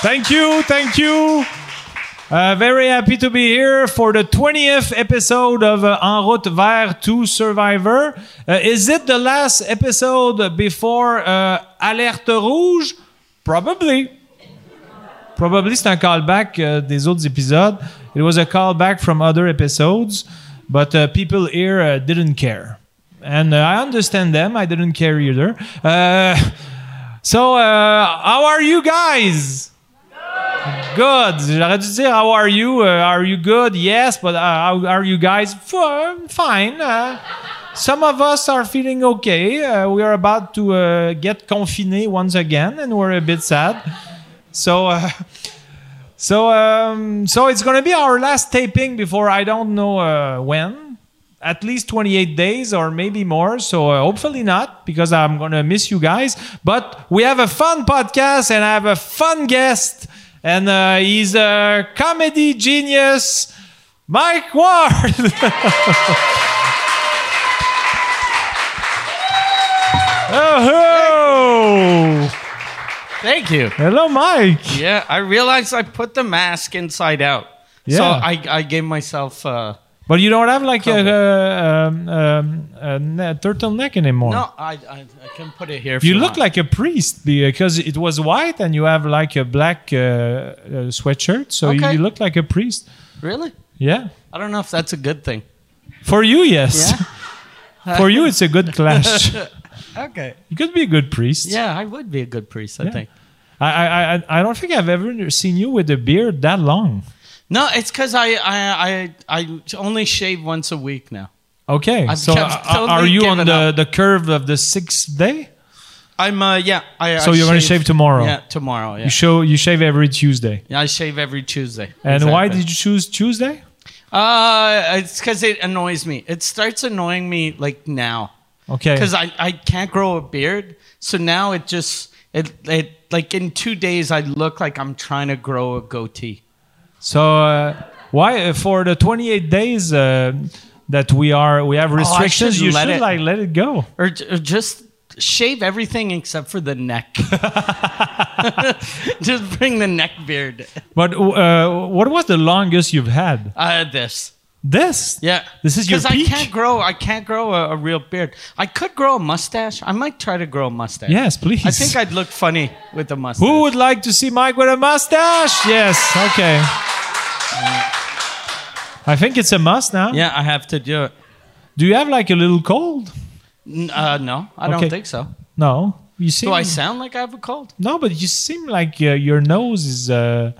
Thank you, thank you. Uh, very happy to be here for the 20th episode of uh, En route vers to Survivor. Uh, is it the last episode before uh, Alerte Rouge? Probably. Probably c'est un callback uh, des autres épisodes. It was a callback from other episodes, but uh, people here uh, didn't care. And uh, I understand them. I didn't care either. Uh, so, uh, how are you guys? Good. J'aurais dû dire how are you? Uh, are you good? Yes, but uh, how are you guys? F- uh, fine. Uh, some of us are feeling okay. Uh, we are about to uh, get confiné once again, and we're a bit sad. So, uh, so, um, so it's gonna be our last taping before I don't know uh, when. At least 28 days or maybe more. So uh, hopefully not, because I'm gonna miss you guys. But we have a fun podcast, and I have a fun guest, and uh, he's a comedy genius, Mike Ward. Oh, Thank you. hello, Mike. Yeah, I realized I put the mask inside out. Yeah. So I, I gave myself. Uh, But you don't have like a, Cover. uh, um, um, a ne- turtleneck anymore. no, I, I, I can put it here. If You look want. like a priest because it was white and you have like a black uh, uh, sweatshirt. So you- Okay. you look like a priest. Really? Yeah. I don't know if that's a good thing. For you, yes. For you, it's a good clash. Okay. you could be a good priest. Yeah, I would be a good priest, I Yeah. think. I, I, I, I don't think I've ever seen you with a beard that long. No, it's because I, I, I, I only shave once a week now. Okay. I've so kept- uh, totally are you on given the, the curve of the sixth day? I'm, uh, yeah. I, So I you're gonna shave tomorrow? Yeah, tomorrow. Yeah. You show you shave every Tuesday. Yeah, I shave every Tuesday. And why Exactly. did you choose Tuesday? Uh, it's because it annoys me. It starts annoying me like now. Okay. because I, I can't grow a beard. So now it just it it like in two days I look like I'm trying to grow a goatee. So uh, why uh, for the 28 days uh, that we are we have restrictions, Oh, should you let should it- like let it go. Or, j- or just shave everything except for the neck. just bring the neck beard. But uh, what was the longest you've had? Uh this. This? Yeah. This is your Because I peak? can't grow I can't grow a, a real beard. I could grow a mustache. I might try to grow a mustache. Yes, please. I think I'd look funny with a mustache. Who would like to see Mike with a mustache? Yes. Okay. I think it's a must now. yeah, I have to do it. Do you have like a little cold? N- Uh, no, I Okay. don't think so. No. You seem Do I sound like I have a cold? no, but you seem like uh, your nose is uh,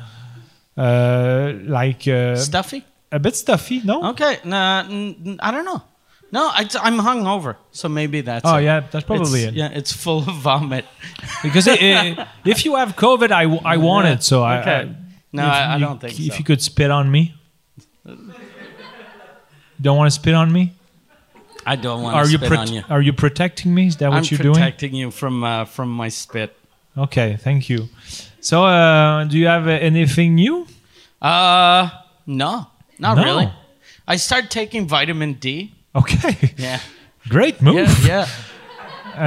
uh, like uh, Stuffy? a bit stuffy. No. Okay. Nah, n- n- I don't know. No, I, am hungover, so maybe that's. Oh it. yeah, that's probably It's- it. Yeah, it's full of vomit. Because i i if you have COVID, I, w- I want it. So I, Okay. I- Uh, No, if I, I you- don't think If so. you could spit on me, don't want to spit on me. I don't want Are to you, spit prote- on you. are you protecting me? Is that I'm what you're doing? protecting you from uh, from my spit. Okay, thank you. So uh, do you have uh, anything new? Uh, no, not No. really. I started taking vitamin D. Okay, Yeah, great move. yeah, yeah.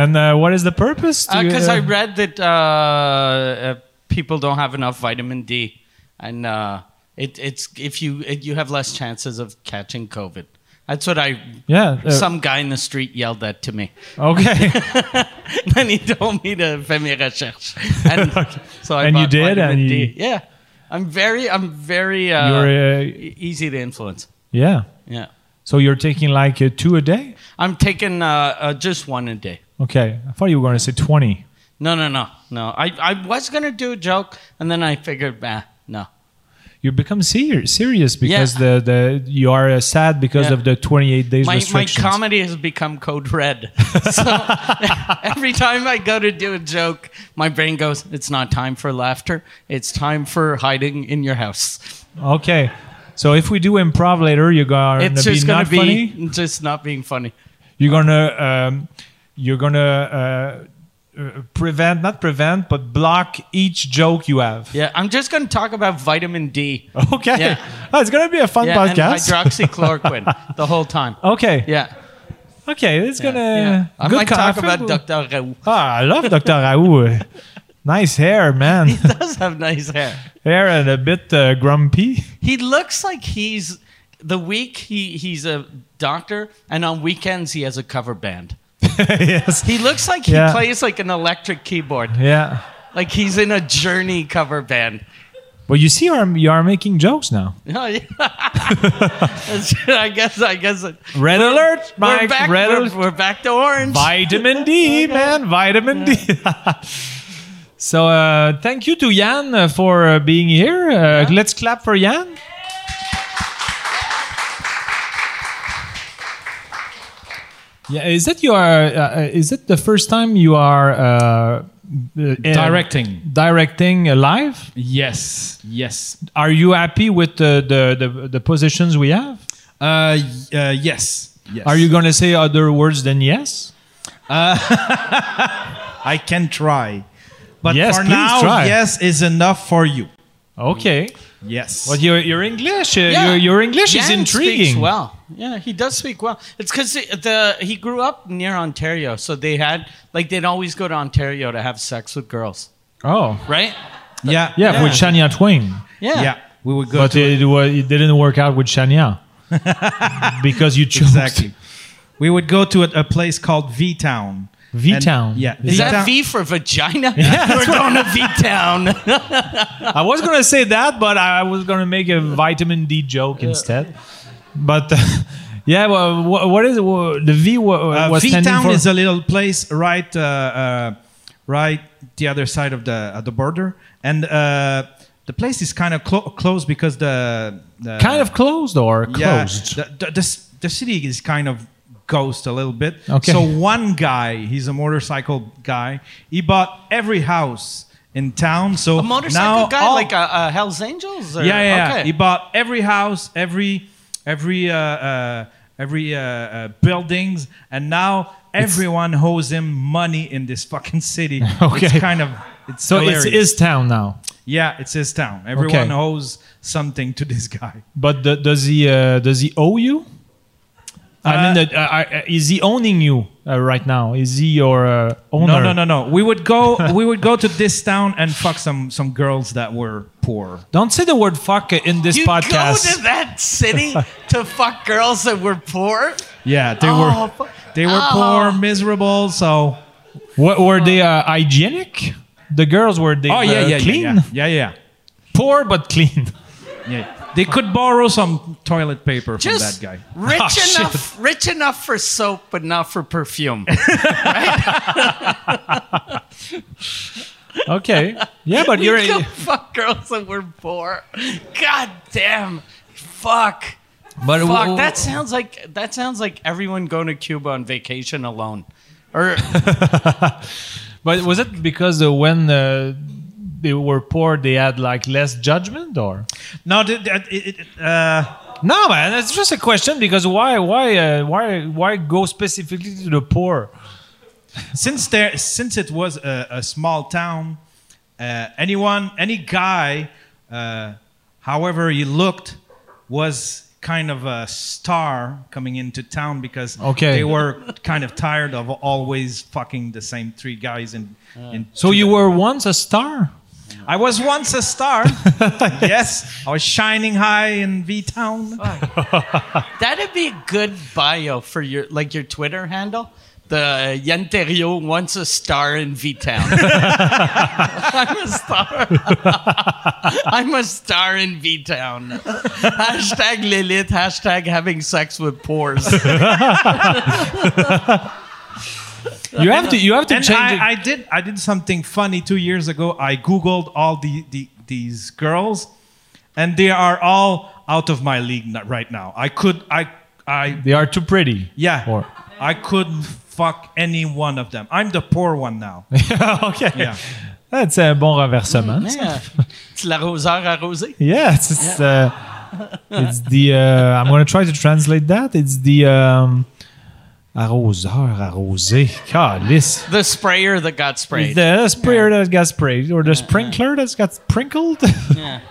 And uh, what is the purpose? Do you, Because uh, I read that uh, uh, people don't have enough vitamin D, and uh, it, it's if you it, you have less chances of catching COVID. That's what I yeah. uh, Some guy in the street yelled that to me. okay, then he told me to faire mes recherches. And so I And you bought did, vitamin and you- D. Yeah. I'm very, I'm very uh, You're, uh, e- easy to influence. yeah. Yeah. So you're taking like uh, two a day? I'm taking uh, uh, just one a day. Okay, I thought you were going to say twenty. No, no, no, no. I, I was going to do a joke, and then I figured, bah, no. you become serious serious because Yeah. the, the you are uh, sad because Yeah. of the 28 days My, my restrictions. comedy has become code red. So every time I go to do a joke, my brain goes, it's not time for laughter. It's time for hiding in your house. okay. So if we do improv later, you're gonna it's be just not gonna be funny. just not being funny. You're gonna um, you're gonna uh, uh, prevent not prevent but block each joke you have. Yeah, I'm just gonna talk about vitamin D. Okay. Yeah. Oh, it's gonna be a fun yeah, and podcast. hydroxychloroquine the whole time. okay. Yeah, Okay. It's yeah. gonna I good might con- I talk think about we'll- Dr. Raoult. Ah, I love Dr. Raoult. Nice hair, man. He does have nice hair. hair and a bit uh, grumpy. He looks like he's the week he, he's a doctor, and on weekends he has a cover band. yes. He looks like he Yeah. plays like an electric keyboard, Yeah. like he's in a Journey cover band. Well, you see, I'm- you are making jokes now. Oh, yeah. That's- I guess I guess it- Red alert, Mike. we're back. red We're, alert. we're back to orange. Vitamin D, man. Vitamin D. so, uh, thank you to Jan uh, for uh, being here. Uh, Let's clap for Jan. Yeah, is it your? Uh, uh, is it the first time you are uh, direct Directing. directing uh, live? Yes. Yes. Are you happy with the the, the, the positions we have? Uh, y- uh yes. Yes. Are you going to say other words than yes? I can try. But Yes, for please now, try. yes is enough for you. Okay. Mm. Yes. But your your English, uh, Yeah. your, your English is Yang Speaks intriguing. well, yeah, he does speak well. It's because the he grew up near Ontario, so they had like they'd always go to Ontario to have sex with girls, Oh, right? yeah. yeah, with Shania Twain, Yeah, Yeah. We would go but to it, wa it didn't work out with Shania because you chose exactly. We would go to a, a place called V Town. V Town. And- Yeah. Is that V-Town- V for vagina? We're going to V Town. I was gonna say that, but I I was gonna make a vitamin D joke instead. But yeah, well, wha- what is it? Wha- the V? What, Uh, was standing V-Town for? is a little place right, uh, uh, right the other side of the uh, the border, and uh, the place is kind of clo- close because the, the kind of closed or closed. Yeah, the, the, the, s- the city is kind of ghost a little bit. Okay. So one guy, he's a motorcycle guy. He bought every house in town. So A motorcycle now guy, all- like a, a Hell's Angels? Or, yeah, yeah. yeah. okay. He bought every house, every every uh, uh, every uh, uh, buildings, and now everyone owes him money in this fucking city. Okay. It's kind of it's so it's hilarious. his town now. yeah, it's his town. Everyone owes something to this guy. But th- does he uh, does he owe you? I mean, Uh, that- uh, I- uh, is he owning you uh, right now? Is he your uh, owner? No, no, no, no. We would go. we would go to this town and fuck some some girls that were poor. Don't say the word "fuck" in this You podcast. go to that city to fuck girls that were poor? Yeah, they Oh, were. fu- They were Oh. poor, miserable. So. What were they uh, hygienic? The girls were they? uh, clean, Oh, yeah, yeah, yeah, poor but clean. yeah, yeah. They could borrow some toilet paper from that Just guy. rich Oh, shit. enough, rich enough for soap, but not for perfume. Okay, yeah, but you're. You go fuck girls that were poor. God damn, fuck. But w- Fuck, w- that sounds like that sounds like everyone going to Cuba on vacation alone, or But was it because uh, when uh, they were poor, they had like less judgment, or? No, th- th- it, it, uh, No, man, it's just a question because why, why, uh, why, why go specifically to the poor? since there, since it was a, a small town, uh, anyone, any guy, uh, however he looked, was kind of a star coming into town because Okay. they were kind of tired of always fucking the same three guys. And in, So you were once a star. I was once a star. yes, I was shining high in V Town. that'd be a good bio for your like your Twitter handle. The Yenterio once a star in V Town. I'm a star. I'm a star in V Town. Hashtag Lilith. Hashtag having sex with pores. You have to, you have to Uh, and change. it. I, I did I did something funny two years ago. I googled all the, the these girls, and they are all out of my league n- right now. I could I I they are too pretty. yeah Or- I couldn't fuck any one of them. I'm the poor one now. okay. Yeah. Mm, That's a bon renversement. Yeah. It's l'arroseur arrosé. Yeah, it's it's, Uh, it's the uh, I'm gonna try to translate that. It's the um, arroseur arrosé. Calice. The sprayer that got sprayed. The sprayer that got sprayed, or the sprinkler that got sprinkled. yeah.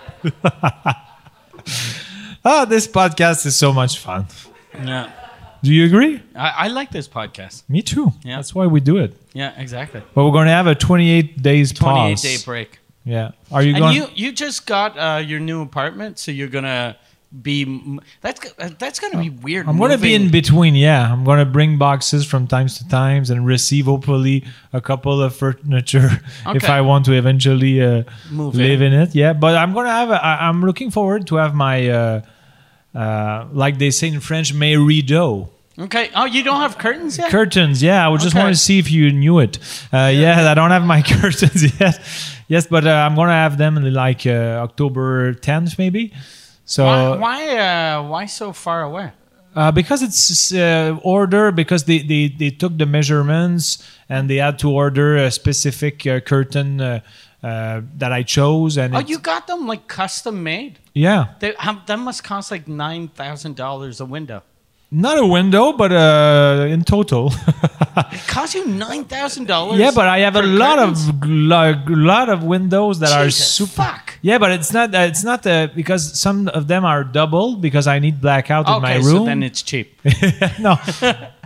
ah, this podcast is so much fun. Yeah. Do you agree? I, I like this podcast. Me too. Yeah. That's why we do it. Yeah, exactly. But we're going to have a 28 days 28 pause. day break. Yeah. Are you and going? you you just got uh, your new apartment, so you're gonna be m- that's go- uh, that's gonna be weird. Oh, I'm going to be in moving. between. Yeah, I'm going to bring boxes from times to times and receive hopefully a couple of furniture if Okay. I want to eventually uh, Move live in. it. Yeah, but I'm going to have. A, I, I'm looking forward to have my. Uh, uh, like they say in French, merido Okay. Oh, you don't have curtains yet. curtains. Yeah, I would just Okay. want to see if you knew it. Uh, yeah, I don't have my curtains yet. Yes, but uh, I'm gonna have them in like uh, October 10th maybe. So why why, uh, why so far away? uh, because it's uh, order, because they, they, they took the measurements and they had to order a specific uh, curtain uh, uh, that I chose. And Oh, it- you got them like custom made. yeah, They, um, that must cost like nine thousand dollars a window. not a window, but uh, in total. It costs you nine thousand dollars. yeah, but I have a lot of like, lot of windows that are super. Fuck. Yeah, but it's not. Uh, it's not uh, because some of them are double because I need blackout in my Okay, room. so then it's cheap. no,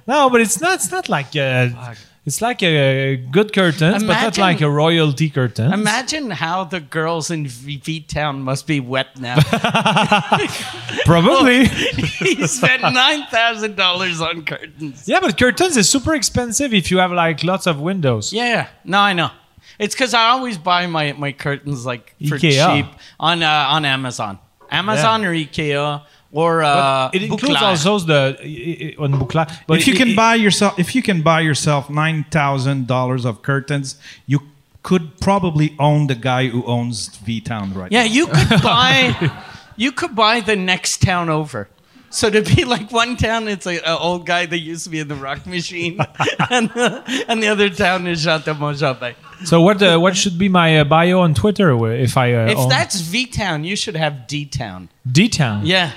no, but it's not. It's not like uh Fuck. It's like a good curtains, but not Imagine- like a royalty curtain. Imagine how the girls in V V Town must be wet now. Probably. he spent nine thousand dollars on curtains. yeah, but curtains is super expensive if you have like lots of windows. Yeah, yeah. no, I know. It's because I always buy my, my curtains like for IKEA. cheap on uh, on Amazon, Amazon or IKEA or uh, it includes Buchla. also the i- i- on Buchla. But if you i- can i- buy yourself, if you can buy yourself nine thousand dollars of curtains, you could probably own the guy who owns V Town right Yeah, you could buy you could buy the next town over. So to be like one town, it's an old guy that used to be in the rock machine, and, the, and the other town is Chateau Mojave. so what? Uh, what should be my uh, bio on Twitter wh- if I uh, If own that's V town, you should have D town. D Town? Yeah,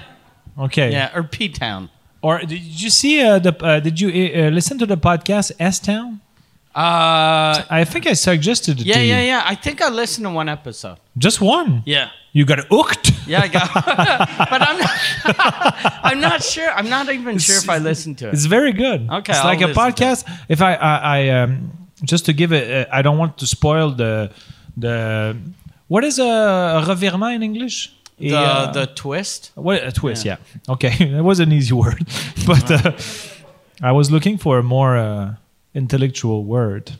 Okay. yeah, or P town. Or did you see uh, the? Uh, did you uh, uh, listen to the podcast S Town? Uh, I think I suggested it yeah, to you. yeah, yeah. I think I listened to one episode. Just one. Yeah. You got hooked. Yeah, I got. but I'm not, I'm not sure. I'm not even sure if I listened to it. It's very good. Okay, It's I'll like a listen to podcast. If I, I, I um, just to give it, uh, I don't want to spoil the, the, what is a, a revirement in English? The, Yeah. the twist. What a twist, yeah. Okay, that was an easy word, but uh, I was looking for a more uh, intellectual word.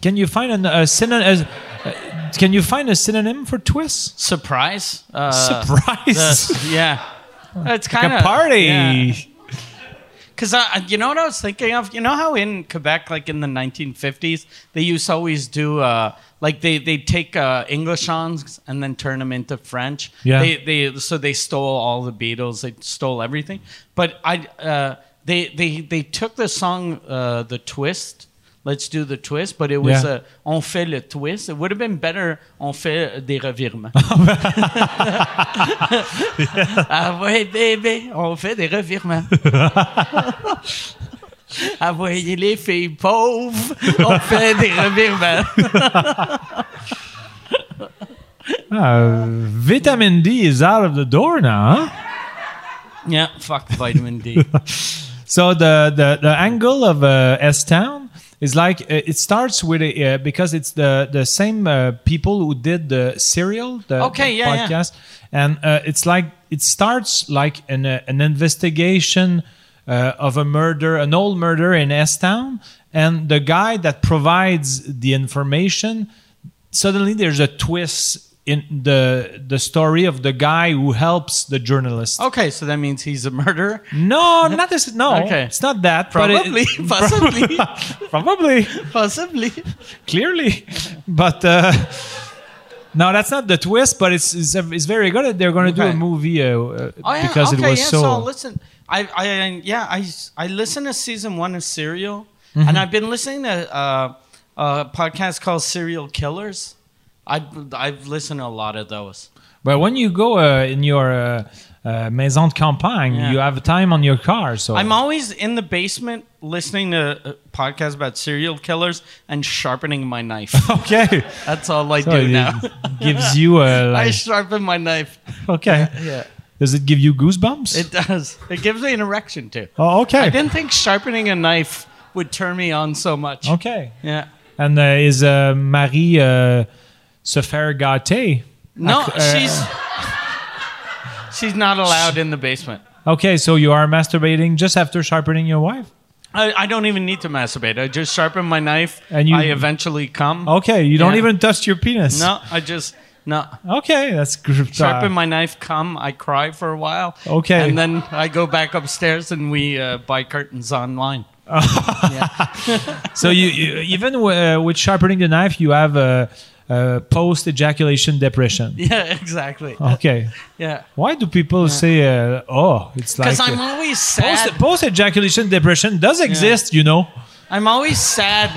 Can you find an, a synonym? Uh, can you find a synonym for twist? Surprise. Uh, Surprise! the- yeah. It's kind of like a party. Because you know what I was thinking of? You know how in Quebec, like in the 1950s, they used to always do uh, like they they take uh, English songs and then turn them into French. Yeah. They they so they stole all the Beatles. They stole everything. But I uh, they they they took the song uh, the twist. Let's do the twist, but it was Yeah. uh, on fait le twist. It would have been better on fait des revirements. ah ouais, bébé, on fait des revirements. Ah, voyez les filles pauvres, on fait des revirements. Uh, vitamin D is out of the door now. Huh? yeah, fuck vitamin D. So the the, the angle of uh, S Town is like uh, it starts with a, uh, because it's the the same uh, people who did the serial the, Okay, the yeah, yeah. podcast, and uh, it's like it starts like an uh, an investigation uh, of a murder, an old murder in S Town, and the guy that provides the information suddenly there's a twist. In the the story of the guy who helps the journalist. Okay, so that means he's a murderer? No, not this. No, Okay. it's not that. but it- Probably, possibly, probably possibly. clearly but uh no that's not the twist but it's it's, it's very good they're going to do a Okay. movie uh, uh, Oh, yeah, because okay, it was yeah, so, listen, I, I, yeah, I, I listened to season one of Serial, Mm-hmm. and I've been listening to uh, a podcast called Serial Killers. I, I've listened to a lot of those. but when you go uh, in your uh, uh, maison de campagne Yeah. you have time on your car so I'm always in the basement listening to uh, podcasts about serial killers and sharpening my knife. okay That's all I so do it now. gives you uh, I like, sharpen my knife. okay Yeah. Does it give you goosebumps? It does. It gives me an erection too. oh, okay. I didn't think sharpening a knife would turn me on so much. Okay. Yeah. And uh, is uh, Marie uh, se faire gâter? No, c- uh, she's she's not allowed in the basement. Okay, so you are masturbating just after sharpening your wife. I, I don't even need to masturbate. I just sharpen my knife. And you- I eventually come. Okay, you don't Yeah. even touch your penis. No, I just no. Okay, that's gr- Sharpen uh, my knife, come. I cry for a while. Okay. And then I go back upstairs and we uh, buy curtains online. So you, you even w- uh, with sharpening the knife, you have a, uh post ejaculation depression. Yeah, exactly. Okay, Yeah. why do people say, uh, "Oh, it's like Because I'm always sad. post post ejaculation depression does exist," you know? I'm always sad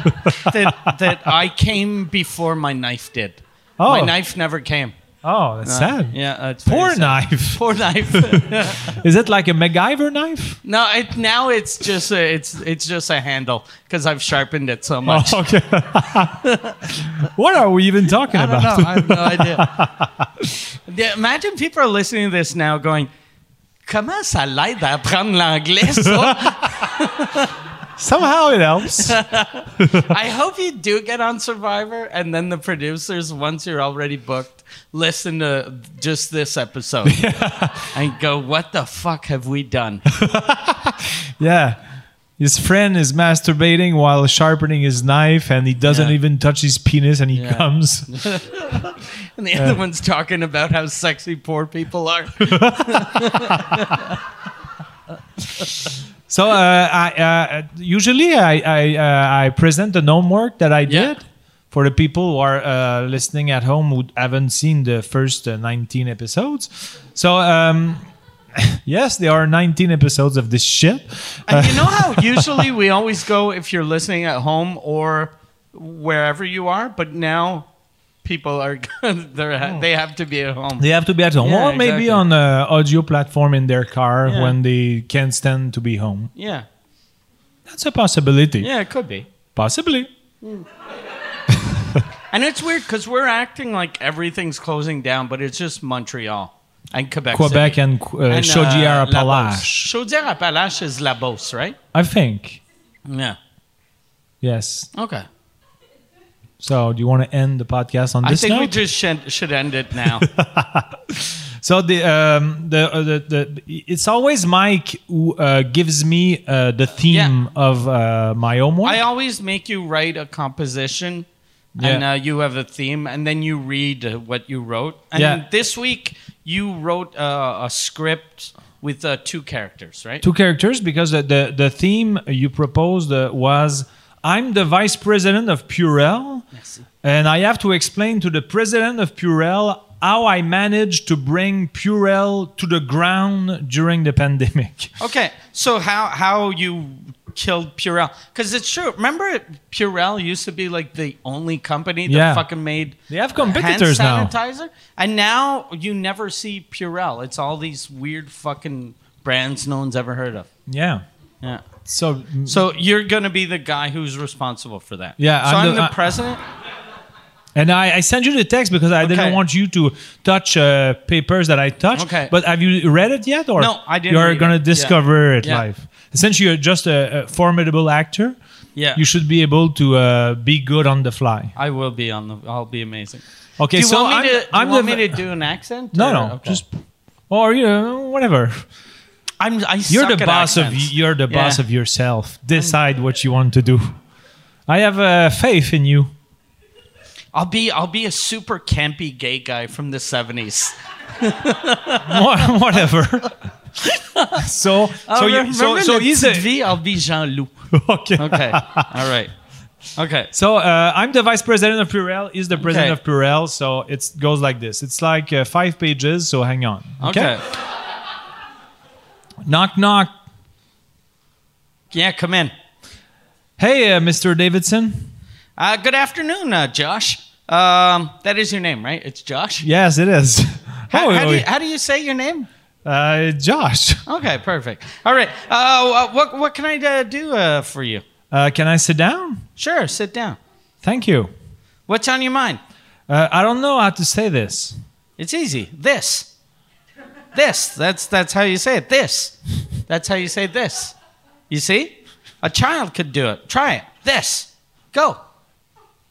that that I came before my knife did. Oh. My knife never came. Oh, that's sad. Yeah, uh, it's very Poor sad. knife. Poor knife. Is it like a MacGyver knife? no, it, now it's just a, it's it's just a handle because I've sharpened it so much. Oh, okay. what are we even talking I don't about? know. I have no idea. Yeah, Imagine people are listening to this now going, "Comment ça l'aide à apprendre l'anglais?" ça? Somehow it helps. I hope you do get on Survivor, and then the producers, once you're already booked, listen to just this episode and go, "What the fuck have we done?" Yeah. His friend is masturbating while sharpening his knife and he doesn't Yeah. even touch his penis and he Yeah. comes. And the other one's talking about how sexy poor people are. So uh, I, uh, usually I, I, uh, I present the homework that I Yeah. did for the people who are uh, listening at home who haven't seen the first uh, 19 episodes. So um, yes, there are 19 episodes of this shit. And you know how usually we always go if you're listening at home or wherever you are, but now people are they're ha- they have to be at home. They have to be at home, Yeah, or maybe exactly. on an audio platform in their car Yeah. when they can't stand to be home. Yeah. That's a possibility. Yeah, it could be. Possibly. And it's weird cuz we're acting like everything's closing down, but it's just Montreal and Quebec. Quebec City. and uh, Chaudière-Appalaches. Chaudière-Appalaches is La Beauce, right? I think. Yeah. Yes. Okay. So, do you want to end the podcast on I this think we note? just should, should end it now. so the um, the, uh, the the it's always Mike who uh, gives me uh, the theme of uh, my homework. I always make you write a composition, and Yeah. uh, you have a theme, and then you read uh, what you wrote. And Yeah. this week you wrote uh, a script with uh, two characters, right? Two characters because the the, the theme you proposed uh, was I'm the vice president of Purell, and I have to explain to the president of Purell how I managed to bring Purell to the ground during the pandemic. Okay, so how how you killed Purell? Because it's true. Remember, Purell used to be like the only company that Yeah. fucking made They have competitors now. hand sanitizer, and now you never see Purell. It's all these weird fucking brands no one's ever heard of. Yeah. Yeah. So, So you're gonna be the guy who's responsible for that. Yeah, I'm So I'm, the- the, I- president. and I, I sent you the text because I Okay. didn't want you to touch uh, papers that I touched. Okay. But have you read it yet? Or No, I didn't You're read it. gonna Yeah. discover it Yeah. live. Since you're just a, a formidable actor, Yeah. you should be able to uh, be good on the fly. I will be on the. I'll be amazing. Okay. Do you so want me I'm, to? Do I'm you want the, me to do an accent? No, or- no, okay. just or you know, whatever. I'm. I You're suck the at boss of accents. you're the boss Yeah. of yourself. Decide what you want to do. I have uh, faith in you. I'll be. I'll be a super campy gay guy from the '70s. Wha- whatever. so so Oh, you, so remember so Le he's Petit a, V? I'll be Jean Loup. okay. Okay. All right. Okay. So uh, I'm the vice president of Purell. He's the president Okay. of Purell. So it goes like this. It's like uh, five pages. So hang on. okay. Knock knock. Yeah. Come in. Hey, uh, Mr. Davidson. Uh, good afternoon, uh, Josh. Um, that is your name, right? It's Josh. Yes, it is. How, oh, how, do you, how do you say your name? uh, Josh. Okay, perfect. All right. Uh, wh- what what can I uh, do uh, for you? Uh, can I sit down? Sure, sit down. Thank you. What's on your mind? Uh, I don't know how to say this. It's easy. This. This. That's that's how you say it. This. That's how you say this. You see? A child could do it. Try it. This. Go.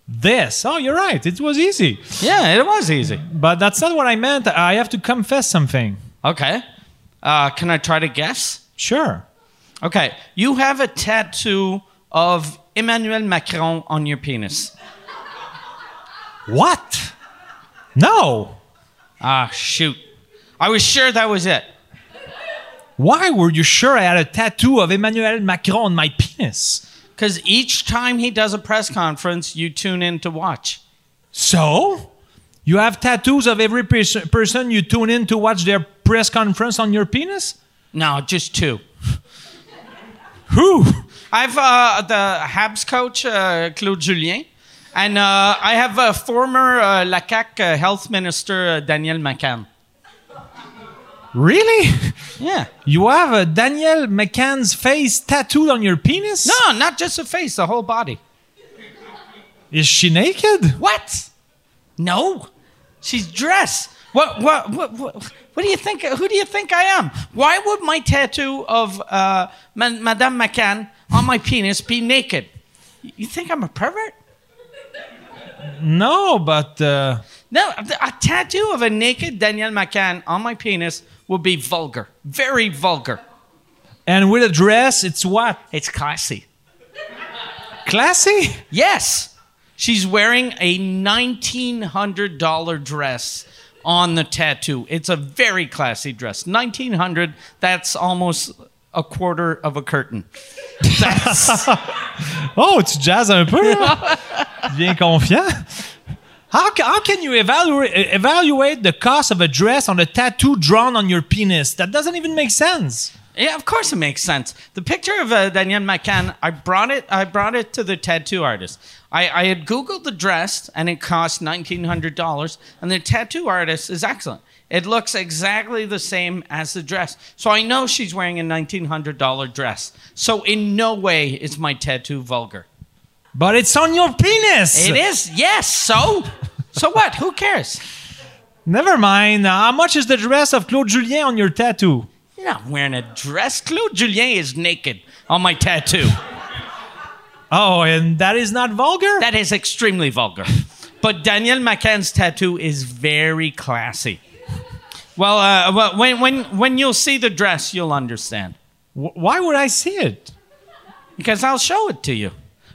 This. Oh, you're right. It was easy. Yeah, it was easy. But that's not what I meant. I have to confess something. Okay. Uh, can I try to guess? Sure. Okay. You have a tattoo of Emmanuel Macron on your penis. What? No. Ah, shoot. I was sure that was it. Why were you sure I had a tattoo of Emmanuel Macron on my penis? Because each time he does a press conference, you tune in to watch. So? You have tattoos of every pers- person you tune in to watch their press conference on your penis? No, just two. Who? I've uh, the Habs coach, uh, Claude Julien, and uh, I have a former uh, LACAC uh, health minister, uh, Daniel McCann. Really? Yeah. You have a Daniel McCann's face tattooed on your penis? No, not just the face, the whole body. Is she naked? What? No, she's dressed. What? What? What? What, what do you think? Who do you think I am? Why would my tattoo of uh, Ma- Madame McCann on my penis be naked? You think I'm a pervert? No, but uh, No, a tattoo of a naked Danielle McCann on my penis would be vulgar, very vulgar. and with a dress, it's what? It's classy. Classy? Yes, she's wearing a nineteen hundred dollar dress on the tattoo. It's a very classy dress. Nineteen hundred. That's almost a quarter of a curtain. That's, Oh, tu jazzes un peu. là. Tu Deviens confiant. How, ca- how can you evaluate, evaluate the cost of a dress on a tattoo drawn on your penis? That doesn't even make sense. yeah, of course it makes sense. The picture of uh, Danielle McCann, I brought it. I brought it to the tattoo artist. I, I had googled the dress, and it cost nineteen hundred dollars. And the tattoo artist is excellent. It looks exactly the same as the dress. So I know she's wearing a $1,900 dress. So in no way is my tattoo vulgar. But it's on your penis. It is, yes. So? So what? Who cares? Never mind. How much is the dress of Claude Julien on your tattoo? You're not wearing a dress. Claude Julien is naked on my tattoo. Oh, and that is not vulgar? That is extremely vulgar. But Danielle McCann's tattoo is very classy. Well, uh, well when, when, when you'll see the dress, you'll understand. Wh- Why would I see it? Because I'll show it to you.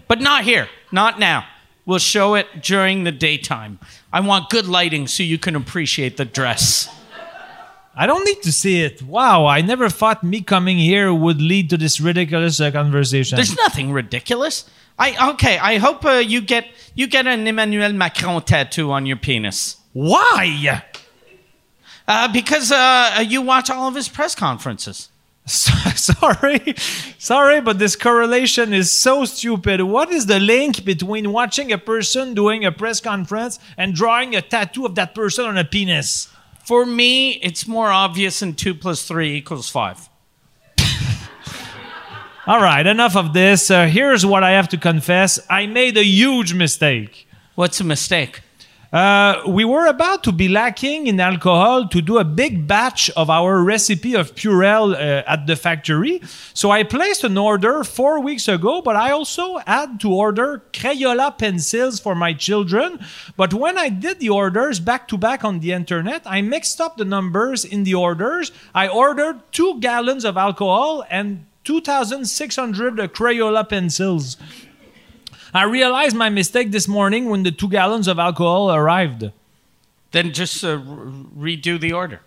But not here, not now. We'll show it during the daytime. I want good lighting so you can appreciate the dress. I don't need to see it. Wow, I never thought me coming here would lead to this ridiculous uh, conversation. There's nothing ridiculous. I okay. I hope uh, you get you get an Emmanuel Macron tattoo on your penis Why? uh, because uh, you watch all of his press conferences. So- Sorry, sorry, but this correlation is so stupid. What is the link between watching a person doing a press conference and drawing a tattoo of that person on a penis? For me, it's more obvious than two plus three equals five. All right, enough of this. Uh, here's what I have to confess I made a huge mistake. What's a mistake? Uh, we were about to be lacking in alcohol to do a big batch of our recipe of Purell uh, at the factory. So I placed an order four weeks ago, but I also had to order Crayola pencils for my children. But when I did the orders back to back on the internet, I mixed up the numbers in the orders. I ordered two gallons of alcohol and 2,600 uh, Crayola pencils. I realized my mistake this morning when the two gallons of alcohol arrived. Uh, Then just uh, re- redo the order.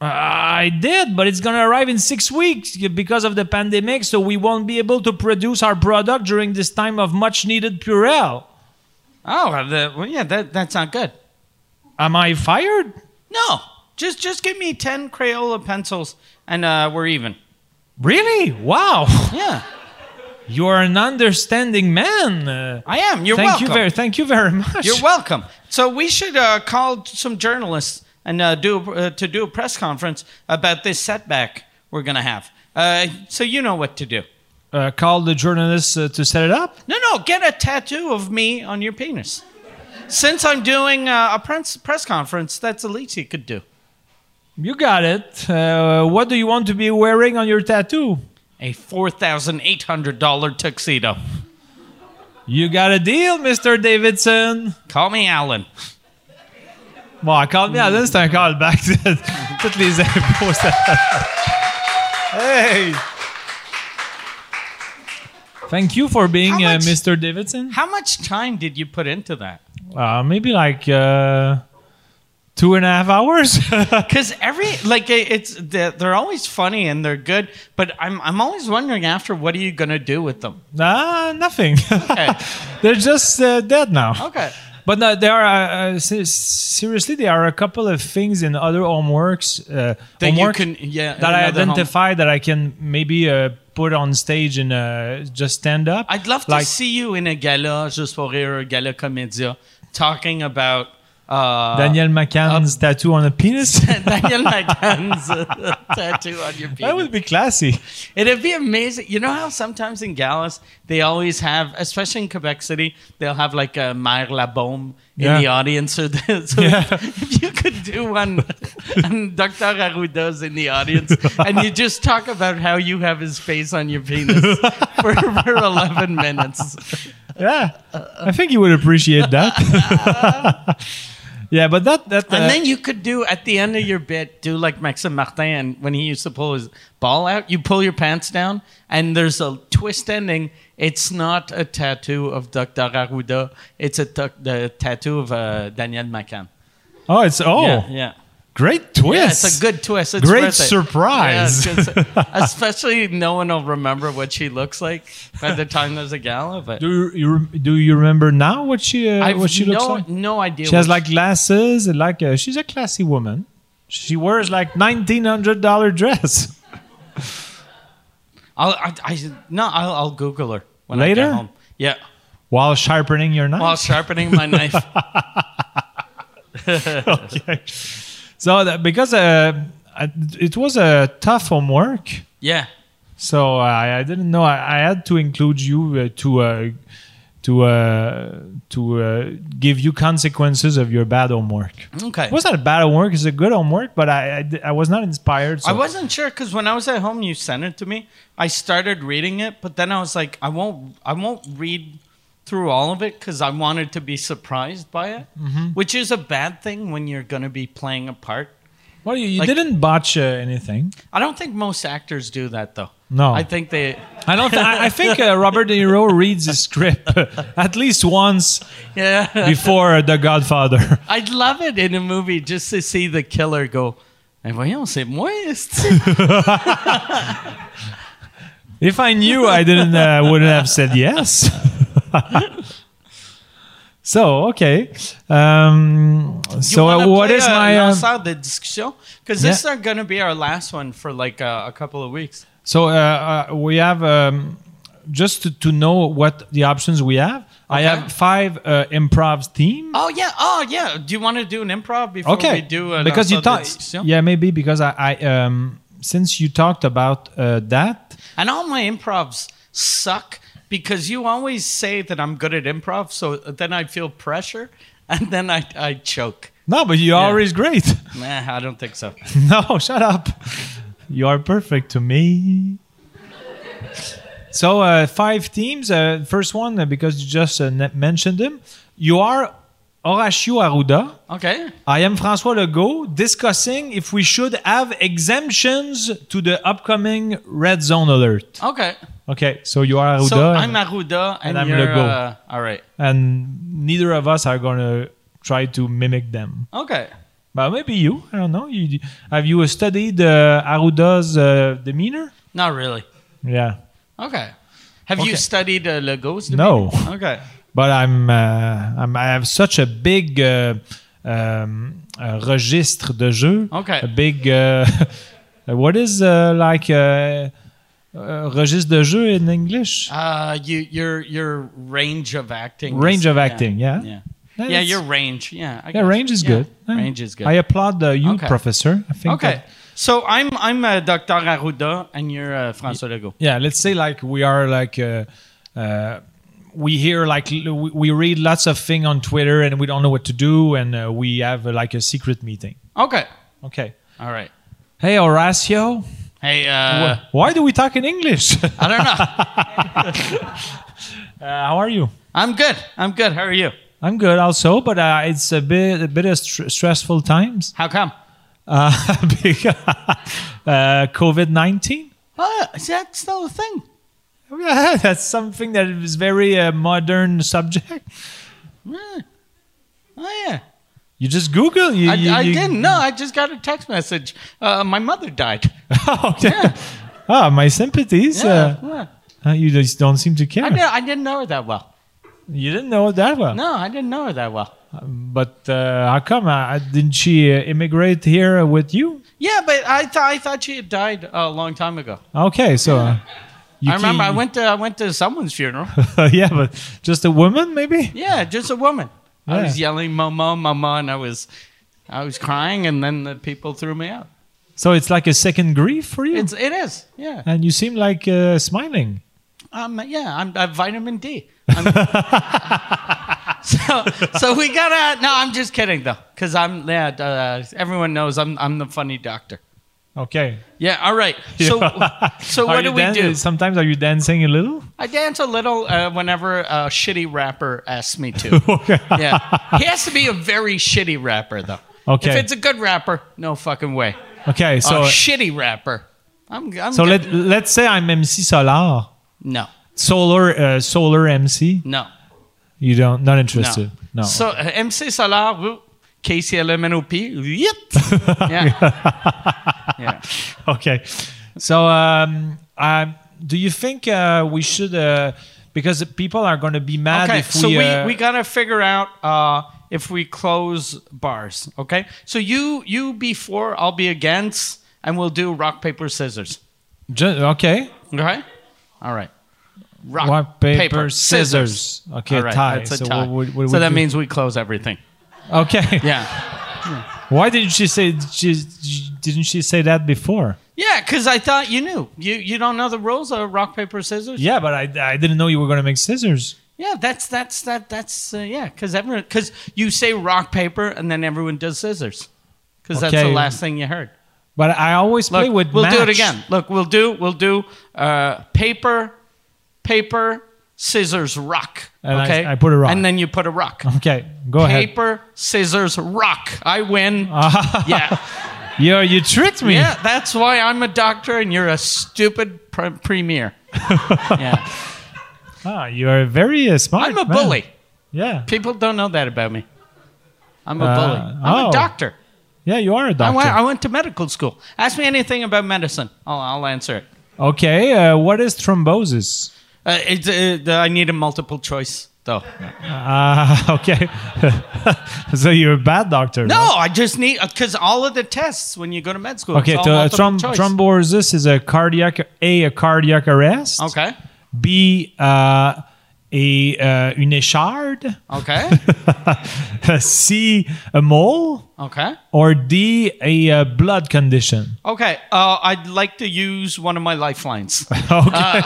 I did, but it's going to arrive in six weeks because of the pandemic, so we won't be able to produce our product during this time of much needed Purell. Oh, well, the, well yeah, that, that's not good. Am I fired? No, just just give me ten Crayola pencils and uh, we're even. Really? Wow. Yeah, You are an understanding man. Uh, I am. You're thank welcome. you very thank you very much. You're welcome. So we should uh, call some journalists and uh, do uh, to do a press conference about this setback we're gonna have. Uh, so you know what to do. uh, call the journalists uh, to set it up. No, no, get a tattoo of me on your penis. Since I'm doing uh, a press press conference, that's the least you could do. You got it. Uh, what do you want to be wearing on your tattoo? A $4,800 tuxedo. You got a deal, Mr. Davidson. Call me Alan. Bon, call me Alan, c'est un callback. de Toutes les impôts. ça- hey! Thank you for being How uh, much- Mr. Davidson. How much time did you put into that? Uh, maybe like uh, two and a half hours. Because every like it- it's they're, they're always funny and they're good, but I'm I'm always wondering after what are you gonna do with them? Ah, nothing. Okay. They're just uh, dead now. Okay. But no, there are uh, uh, se- seriously there are a couple of things in other homeworks uh, That you homework can- yeah, that I another home- identify that I can maybe uh, put on stage and uh, just stand up. I'd love to Like- see you in a gala, just for rire, a gala comedia, talking about uh, Daniel McCann's tattoo on a penis. Daniel McCann's uh, tattoo on your penis. that would be classy. It'd be amazing. You know how sometimes in galas they always have, especially in Quebec City, they'll have like a Mère Labaume in Yeah. the audience. Or the, so Yeah. if you could do one, and Dr. Arruda's in the audience, and you just talk about how you have his face on your penis for, for 11 minutes. Yeah, I think you would appreciate that. yeah, but that that uh, And then you could do at the end of your bit, do like Maxim Martin, and when he used to pull his ball out, you pull your pants down, and there's a twist ending. It's not a tattoo of Dr. Arruda. It's a tuck- the tattoo of uh, Daniel McCann. oh, it's oh, yeah, yeah. great Yeah, twist. it's a good twist. It's Great worth it. surprise. Yeah, it's good su- especially no one will remember what she looks like by the time there's a gala. But Do you- you rem- do you remember now what she uh, I've what she looks no, like? no idea. She has what like glasses and like uh she's a classy woman. She wears like nineteen hundred dollar dress. I'll, I, I, no, I'll, I'll Google her when I Later? get home. Yeah, While sharpening your knife. while sharpening my knife. okay. So that, because uh, I, it was a tough homework, Yeah. so I, I didn't know I, I had to include you uh, to uh, to uh, to uh, give you consequences of your bad homework. Okay. It wasn't a bad homework; it's a good homework, but I I, di- I was not inspired. So. I wasn't sure because when I was at home, you sent it to me. I started reading it, but then I was like, I won't, I won't read through all of it because I wanted to be surprised by it, which is a bad thing when you're going to be playing a part. Well, you, you like- didn't botch uh, anything. I don't think most actors do that though. No. I think they. I don't. Th- I I think uh, Robert De Niro reads the script at least once Yeah. before The Godfather. I'd love it in a movie just to see the killer go. Eh, voyons, c'est moi, esti." If I knew, I didn't uh, wouldn't have said yes. so okay. Um, You so uh, wanna what play is a my? um lancer de discussion? Because this is going to be our last one for like uh, a couple of weeks. so uh, uh, we have um, just to, to know what the options we have. I Okay. have five uh, improv team. Oh yeah, oh yeah. Do you want to do an improv before okay we do an because you outside talk discussion? yeah maybe because i, I um since you talked about uh, that And all my improvs suck because you always say that I'm good at improv, so then I feel pressure and then I, I choke. no but you're always great Nah, I don't think so. no shut up you are perfect to me so uh, five teams uh, first one uh, because you just uh, ne- mentioned him you are horacio arruda Okay. I am François Legault discussing if we should have exemptions to the upcoming red zone alert. Okay. Okay, so you are Arruda. so I'm Aruda and, And I'm you're Legault. uh, all right. and neither of us are gonna try to mimic them. Okay. But maybe you, I don't know. You, have you studied uh, Aruda's uh, demeanor? Not really. Yeah, Okay. Have Okay. you studied uh, Legault's? No. demeanor? Okay. but I'm, uh, I'm I have such a big uh, um, uh, registre de jeu. Okay. A big uh, what is uh, like uh, uh, registre de jeu in English? Uh, you your your range of acting. Range is- of acting, yeah. Yeah. Yeah, Yeah, that's- your range. Yeah. I yeah, guess. range is Yeah, good. Yeah. Range is good. I applaud uh, you, Okay. professor. I think. okay. that- So I'm I'm uh, Dr. Arruda and you're uh, François Legault. yeah let's say like we are like uh, uh, we hear like l- we we read lots of thing on twitter and we don't know what to do and uh, we have uh, like a secret meeting Okay. okay All right. Hey, Horacio. Hey, uh, Why do we talk in English? uh, I don't know. how are you? I'm good. I'm good. How are you? I'm good also, but uh, it's a bit a bit of str- stressful times How come? uh, because uh, COVID nineteen. Oh, that's still a thing. Yeah, that's something that is very uh, modern subject. Yeah. Oh yeah. You just Google. You, I, you- I you- didn't. No, I just got a text message. Uh, my mother died. oh, yeah. Ah, my sympathies. Yeah. Uh, yeah. uh, you just don't seem to care. I, did, I didn't know her that well. You didn't know it that well. No, I didn't know her that well. But uh, how come? Uh, didn't she uh, immigrate here with you? Yeah, but I thought I thought she had died a long time ago. Okay, so. Uh, you I remember I can- went to I went to someone's funeral. yeah, but just a woman, maybe? yeah, just a woman. I was Yeah. yelling "mama, mama," and I was I was crying, and then the people threw me out. So it's like a second grief for you? It's it is. Yeah. and you seem like uh, smiling. Um, yeah, I'm, i vitamin D. I'm- so, so we gotta. No, I'm just kidding though, because I'm. Yeah, uh, everyone knows I'm. I'm the funny doctor. Okay. Yeah. All right. So, so Are what you do we dan- do? Sometimes are you dancing a little? I dance a little uh, whenever a shitty rapper asks me to. Okay. yeah, he has to be a very shitty rapper though. Okay. If it's a good rapper, no fucking way. Okay, so a shitty rapper. I'm. I'm so let getting- let's say I'm MC Solar, no, Solar uh, Solar MC. no. You don't not No. interested. No. So uh, MC Salah, woo, KCLMNOP, yep. Yeah. yeah. okay. So um, um, do you think uh, we should uh, because the people are going to be mad Okay. if So we, we, uh, we gotta figure out uh, if we close bars. Okay. So you you be for, I'll be against, and we'll do rock paper scissors. ju- okay Okay. All right. Rock, rock paper, scissors. okay Uh, All right, tie that's a so, tie. What, would- what so would that you- means we close everything. okay Yeah. why didn't she say she, she- didn't she say that before Yeah, because I thought you knew. You you don't know the rules of rock paper scissors. yeah but I, I didn't know you were going to make scissors Yeah, that's that's that that's uh, yeah, because everyone because you say rock paper and then everyone does scissors, because that's Okay. the last thing you heard. but I always Look, play with we'll do it match. again. Look, we'll do we'll do uh, paper, paper, scissors, rock. And I- okay, I put a rock. and then you put a rock. okay go ahead Paper, scissors, rock. I win. yeah, you you tricked me yeah. That's why I'm a doctor and you're a stupid pre- premier. yeah, ah, you are very uh, smart I'm a man. bully. yeah People don't know that about me. I'm a Uh, bully. I'm oh. a doctor. yeah you are a I doctor went, I went to medical school. Ask me anything about medicine. I'll, I'll answer it. okay uh, what is thrombosis Uh, it's uh, I need a multiple choice, though. Ah, okay. so you're a bad doctor. No, right? I just need because all of the tests when you go to med school. Okay. it's So uh, all multiple throm- choice. thrombosis is a cardiac a a cardiac arrest. Okay. B uh, a uh, une écharde. Okay. C a mole okay. or D a uh, blood condition. Okay. Uh, I'd like to use one of my lifelines. Okay.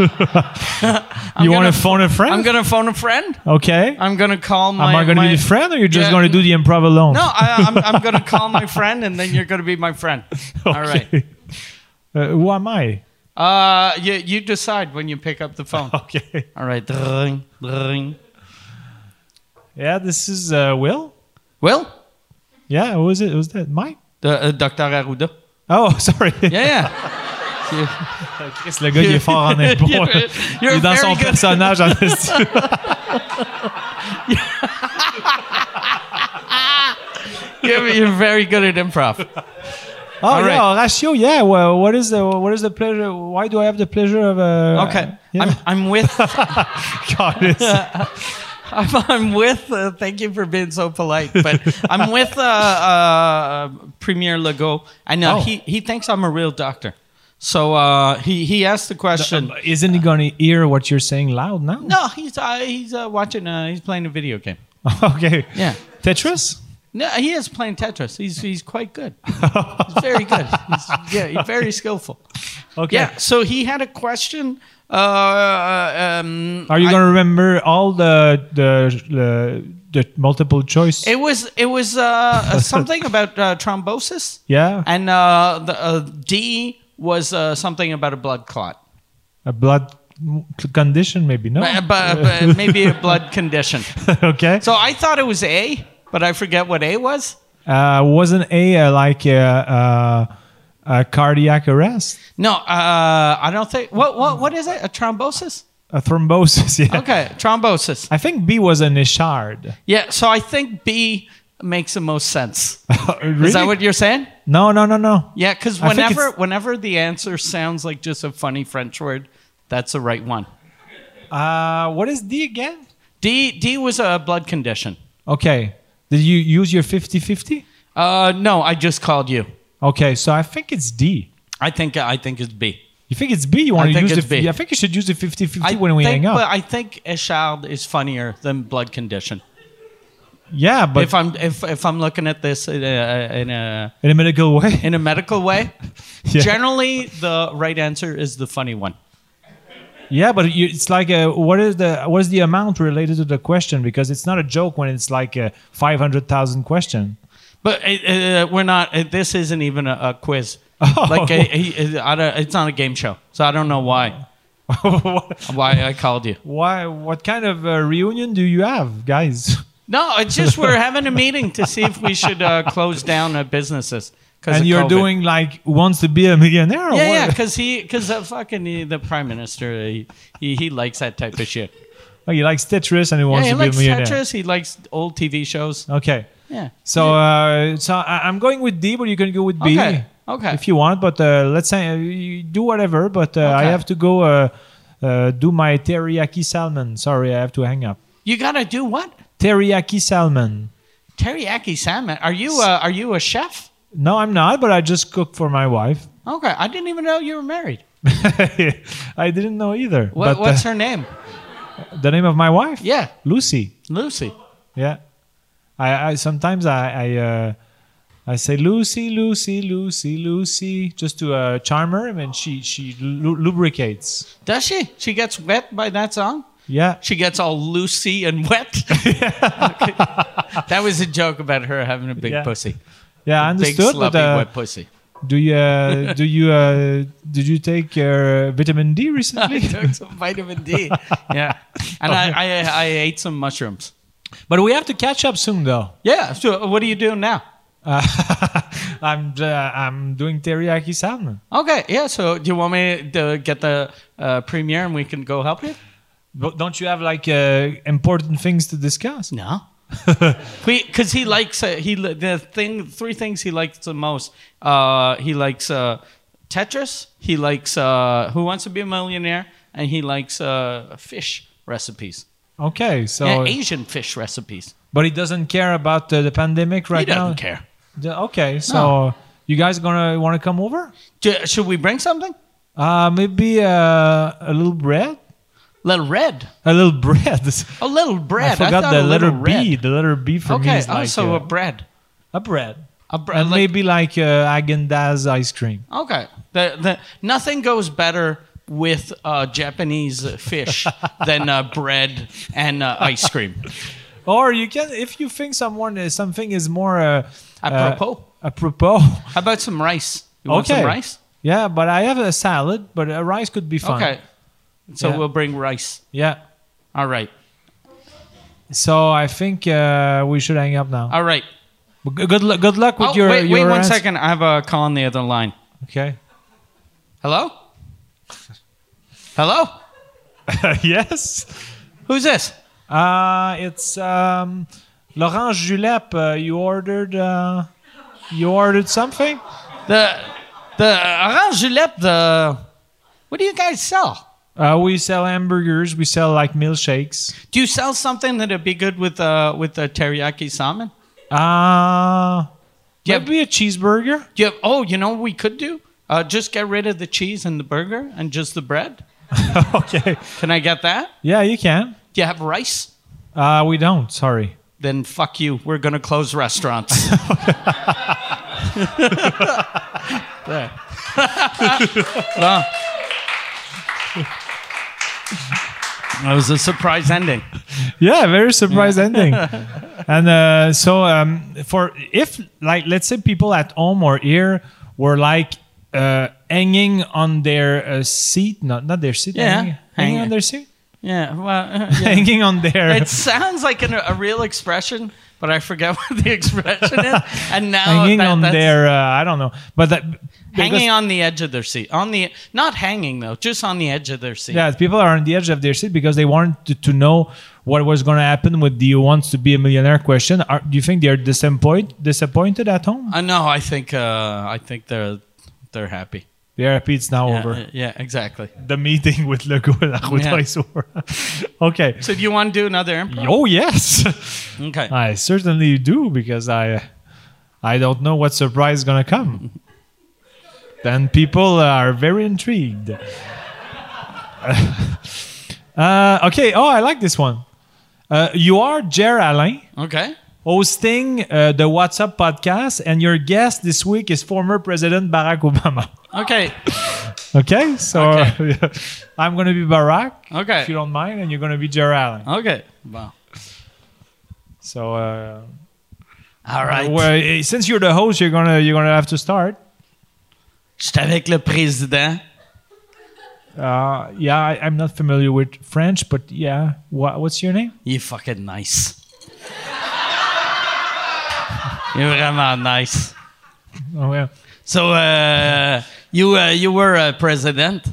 you want Uh. gonna- to phone a friend? I'm gonna phone a friend. okay. I'm gonna call my. Am I going to my- be the friend, or you're just Yeah. going to do the improv alone? No, I, I'm, I'm gonna call my friend, and then you're gonna be my friend. All right. Okay. Uh, who am I? Uh, you, you decide when you pick up the phone. Okay. All right. Ring, ring. Yeah, this is uh, Will. Well, Yeah, who was it? Was that Mike? the, uh, Dr. Arruda. Oh, sorry. Yeah, yeah. Chris, le gars, il est fort en impro. You're- you're il est dans very son good. personnage en esti. you're, you're very good at improv. Oh, right. yeah, Horatio, yeah. Well, what is the what is the pleasure? Why do I have the pleasure of? Uh, Okay. yeah. I'm, I'm with, uh, God, it's- I'm, I'm with, uh, thank you for being so polite, but I'm with uh, uh, Premier Legault, and uh, Oh. he, he thinks I'm a real doctor. So uh, he, he asked the question. Isn't he gonna hear what you're saying loud now? No, he's, uh, he's uh, watching, uh, he's playing a video game. okay. Yeah. Tetris. No, he is playing Tetris. He's, he's quite good. He's very good. He's, yeah, he's very skillful. Okay. Yeah. So he had a question. Uh, um, Are you I- gonna remember all the the, the the multiple choice. It was it was uh, something about uh, thrombosis, yeah, and uh, the uh, D was uh, something about a blood clot, a blood condition, maybe no. but, uh, but, but maybe a blood condition. okay, So I thought it was A, but I forget what A was. uh, wasn't a uh, like uh, uh, a cardiac arrest, No, uh, I don't think. What what what is it? A thrombosis? a thrombosis? Yeah, Okay, thrombosis. I think B was an ishard. Yeah. So I think B makes the most sense. Uh, really? Is that what you're saying? No, no, no, no. Yeah, because I think whenever it's- whenever the answer sounds like just a funny French word, that's the right one. Uh, what is D again? D D was a blood condition. Okay, did you use your 50-50? Uh, no, I just called you. Okay, so I think it's D. I think uh, I think it's B. You think it's B? You want to think use the? it's B. I think you should use the 50-50 I when we think, hang up. But I think Echard is funnier than blood condition. yeah, but if I'm if if I'm looking at this in a in a, in a medical way. in a medical way, Yeah. generally the right answer is the funny one. Yeah, but you, it's like uh what is the what is the amount related to the question? Because it's not a joke when it's like a five hundred thousand question. But uh, uh, we're not. Uh, this isn't even a, a quiz. Oh. Like uh, he- uh, I don't, it's not a game show, so I don't know why What- why I called you. Why? What kind of uh, reunion do you have, guys? No, it's just we're having a meeting to see if we should uh, close down uh, businesses. 'cause And of you're COVID. doing like wants to be a millionaire. Or Yeah, yeah, what? because he, because uh, fucking he, the prime minister, uh, he, he he likes that type of shit. Oh, he likes Tetris and he Yeah, wants he to be likes a millionaire. Tetris. He likes old TV shows. Okay. Yeah. So, uh, so I, I'm going with D, but you can go with B Okay, okay. if you want. But uh, let's say uh, you do whatever. But uh, I Okay. have to go uh, uh, do my teriyaki salmon. Sorry, I have to hang up. You gotta do what? Teriyaki salmon. Teriyaki salmon. Are you uh, are you a chef? No, I'm not, but I just cook for my wife. Okay, I didn't even know you were married. I didn't know either. What, but, what's uh, her name? the name of my wife? Yeah, Lucy. Lucy. Yeah. I, I sometimes I I, uh, I say Lucy, Lucy, Lucy, Lucy, just to uh, charm her, and she she lu- lubricates. Does she? She gets wet by that song. Yeah. She gets all loosey and wet. That was a joke about her having a big Yeah. pussy, Yeah, I big understood. sloppy But uh, wet pussy. do you uh, do you uh, did you take your vitamin D I recently? took some vitamin D. Yeah, and I, I I ate some mushrooms. but we have to catch up soon, though. Yeah. So what are you doing now? Uh, I'm uh, I'm doing teriyaki salmon. Okay. Yeah. So do you want me to get the uh, premiere and we can go help you? But don't you have like uh, important things to discuss? No. Because he likes uh, he li- the thing three things he likes the most. Uh, he likes uh, Tetris. He likes uh, Who Wants to Be a Millionaire, and he likes uh, fish recipes. Okay, so Yeah, Asian fish recipes. but he doesn't care about uh, the pandemic right he doesn't now. care. The- okay, so you guys gonna want to come over? J- should we bring something? Uh, maybe uh, a little bread, Little red. a little bread. A little bread. I forgot thought the a letter little B. red. The letter B for me Okay. is Oh, like so uh, a bread. a bread, A bread. and like- maybe like uh, Agendaz ice cream. Okay. The, the, nothing goes better with uh, Japanese fish than uh, bread and uh, ice cream. Or you can, if you think someone is, something is more uh, Apropos. uh, apropos. How about some rice? You want some rice? Yeah, but I have a salad, but a rice could be fine. Okay. So Yeah. we'll bring rice. Yeah. All right. So I think uh, we should hang up now. All right. But Good, good luck. Good luck with Oh, your. wait, your wait one answer. second. I have a call on the other line. Okay. Hello? Hello? yes. Who's this? Uh, it's um, Laurent Julep. Uh, you ordered. Uh, you ordered something. The the Orange Julep, the what do you guys sell? Uh, we sell hamburgers. We sell like milkshakes. Do you sell something that'd be good with uh with the teriyaki salmon? Uh, Yeah. maybe a cheeseburger. Yeah. Oh, you know what we could do? Uh, just get rid of the cheese and the burger and just the bread. okay. Can I get that? Yeah, you can. Do you have rice? Uh, we don't. Sorry. Then fuck you. We're gonna close restaurants. There. No. That was a surprise ending. yeah very surprise ending and uh, so um, for if like let's say people at home or here were like uh, hanging on their uh, seat not not their seat Yeah, hanging, hanging on hanging. their seat Yeah. Well, uh, yeah. hanging on their it sounds like an, a real expression, but I forget what the expression is. And now hanging that- on that's their uh, i don't know but that because- hanging on the edge of their seat. On the not hanging though, just on the edge of their seat. Yeah, people are on the edge of their seat because they wanted to, to know what was going to happen with the "Wants to be a millionaire" question. Are, do you think they are disappoint, disappointed at home? Uh, no, I think uh, I think they're they're happy. The happy it's now Yeah, over. uh, yeah, exactly. The meeting with Legault and Arruda Yeah. is over. okay. So do you want to do another improv? Oh yes, Okay. I certainly do because I, I don't know what surprise is going to come. then people are very intrigued. uh, okay. Oh, I like this one. Uh, you are Jer Alain. Okay. hosting uh, the What's Up podcast, and your guest this week is former President Barack Obama. Okay. Okay, so I'm going to be Barack, Okay. if you don't mind, and you're going to be Jerry Allen. Okay. Wow. So, uh, All right. well, eh, since you're the host, you're gonna you're gonna have to start. Je suis avec le président. Uh, yeah, I, I'm not familiar with French, but yeah, Wha what's your name? Il est fucking nice. Il est vraiment nice. Oh yeah. So uh, you uh, you were a president.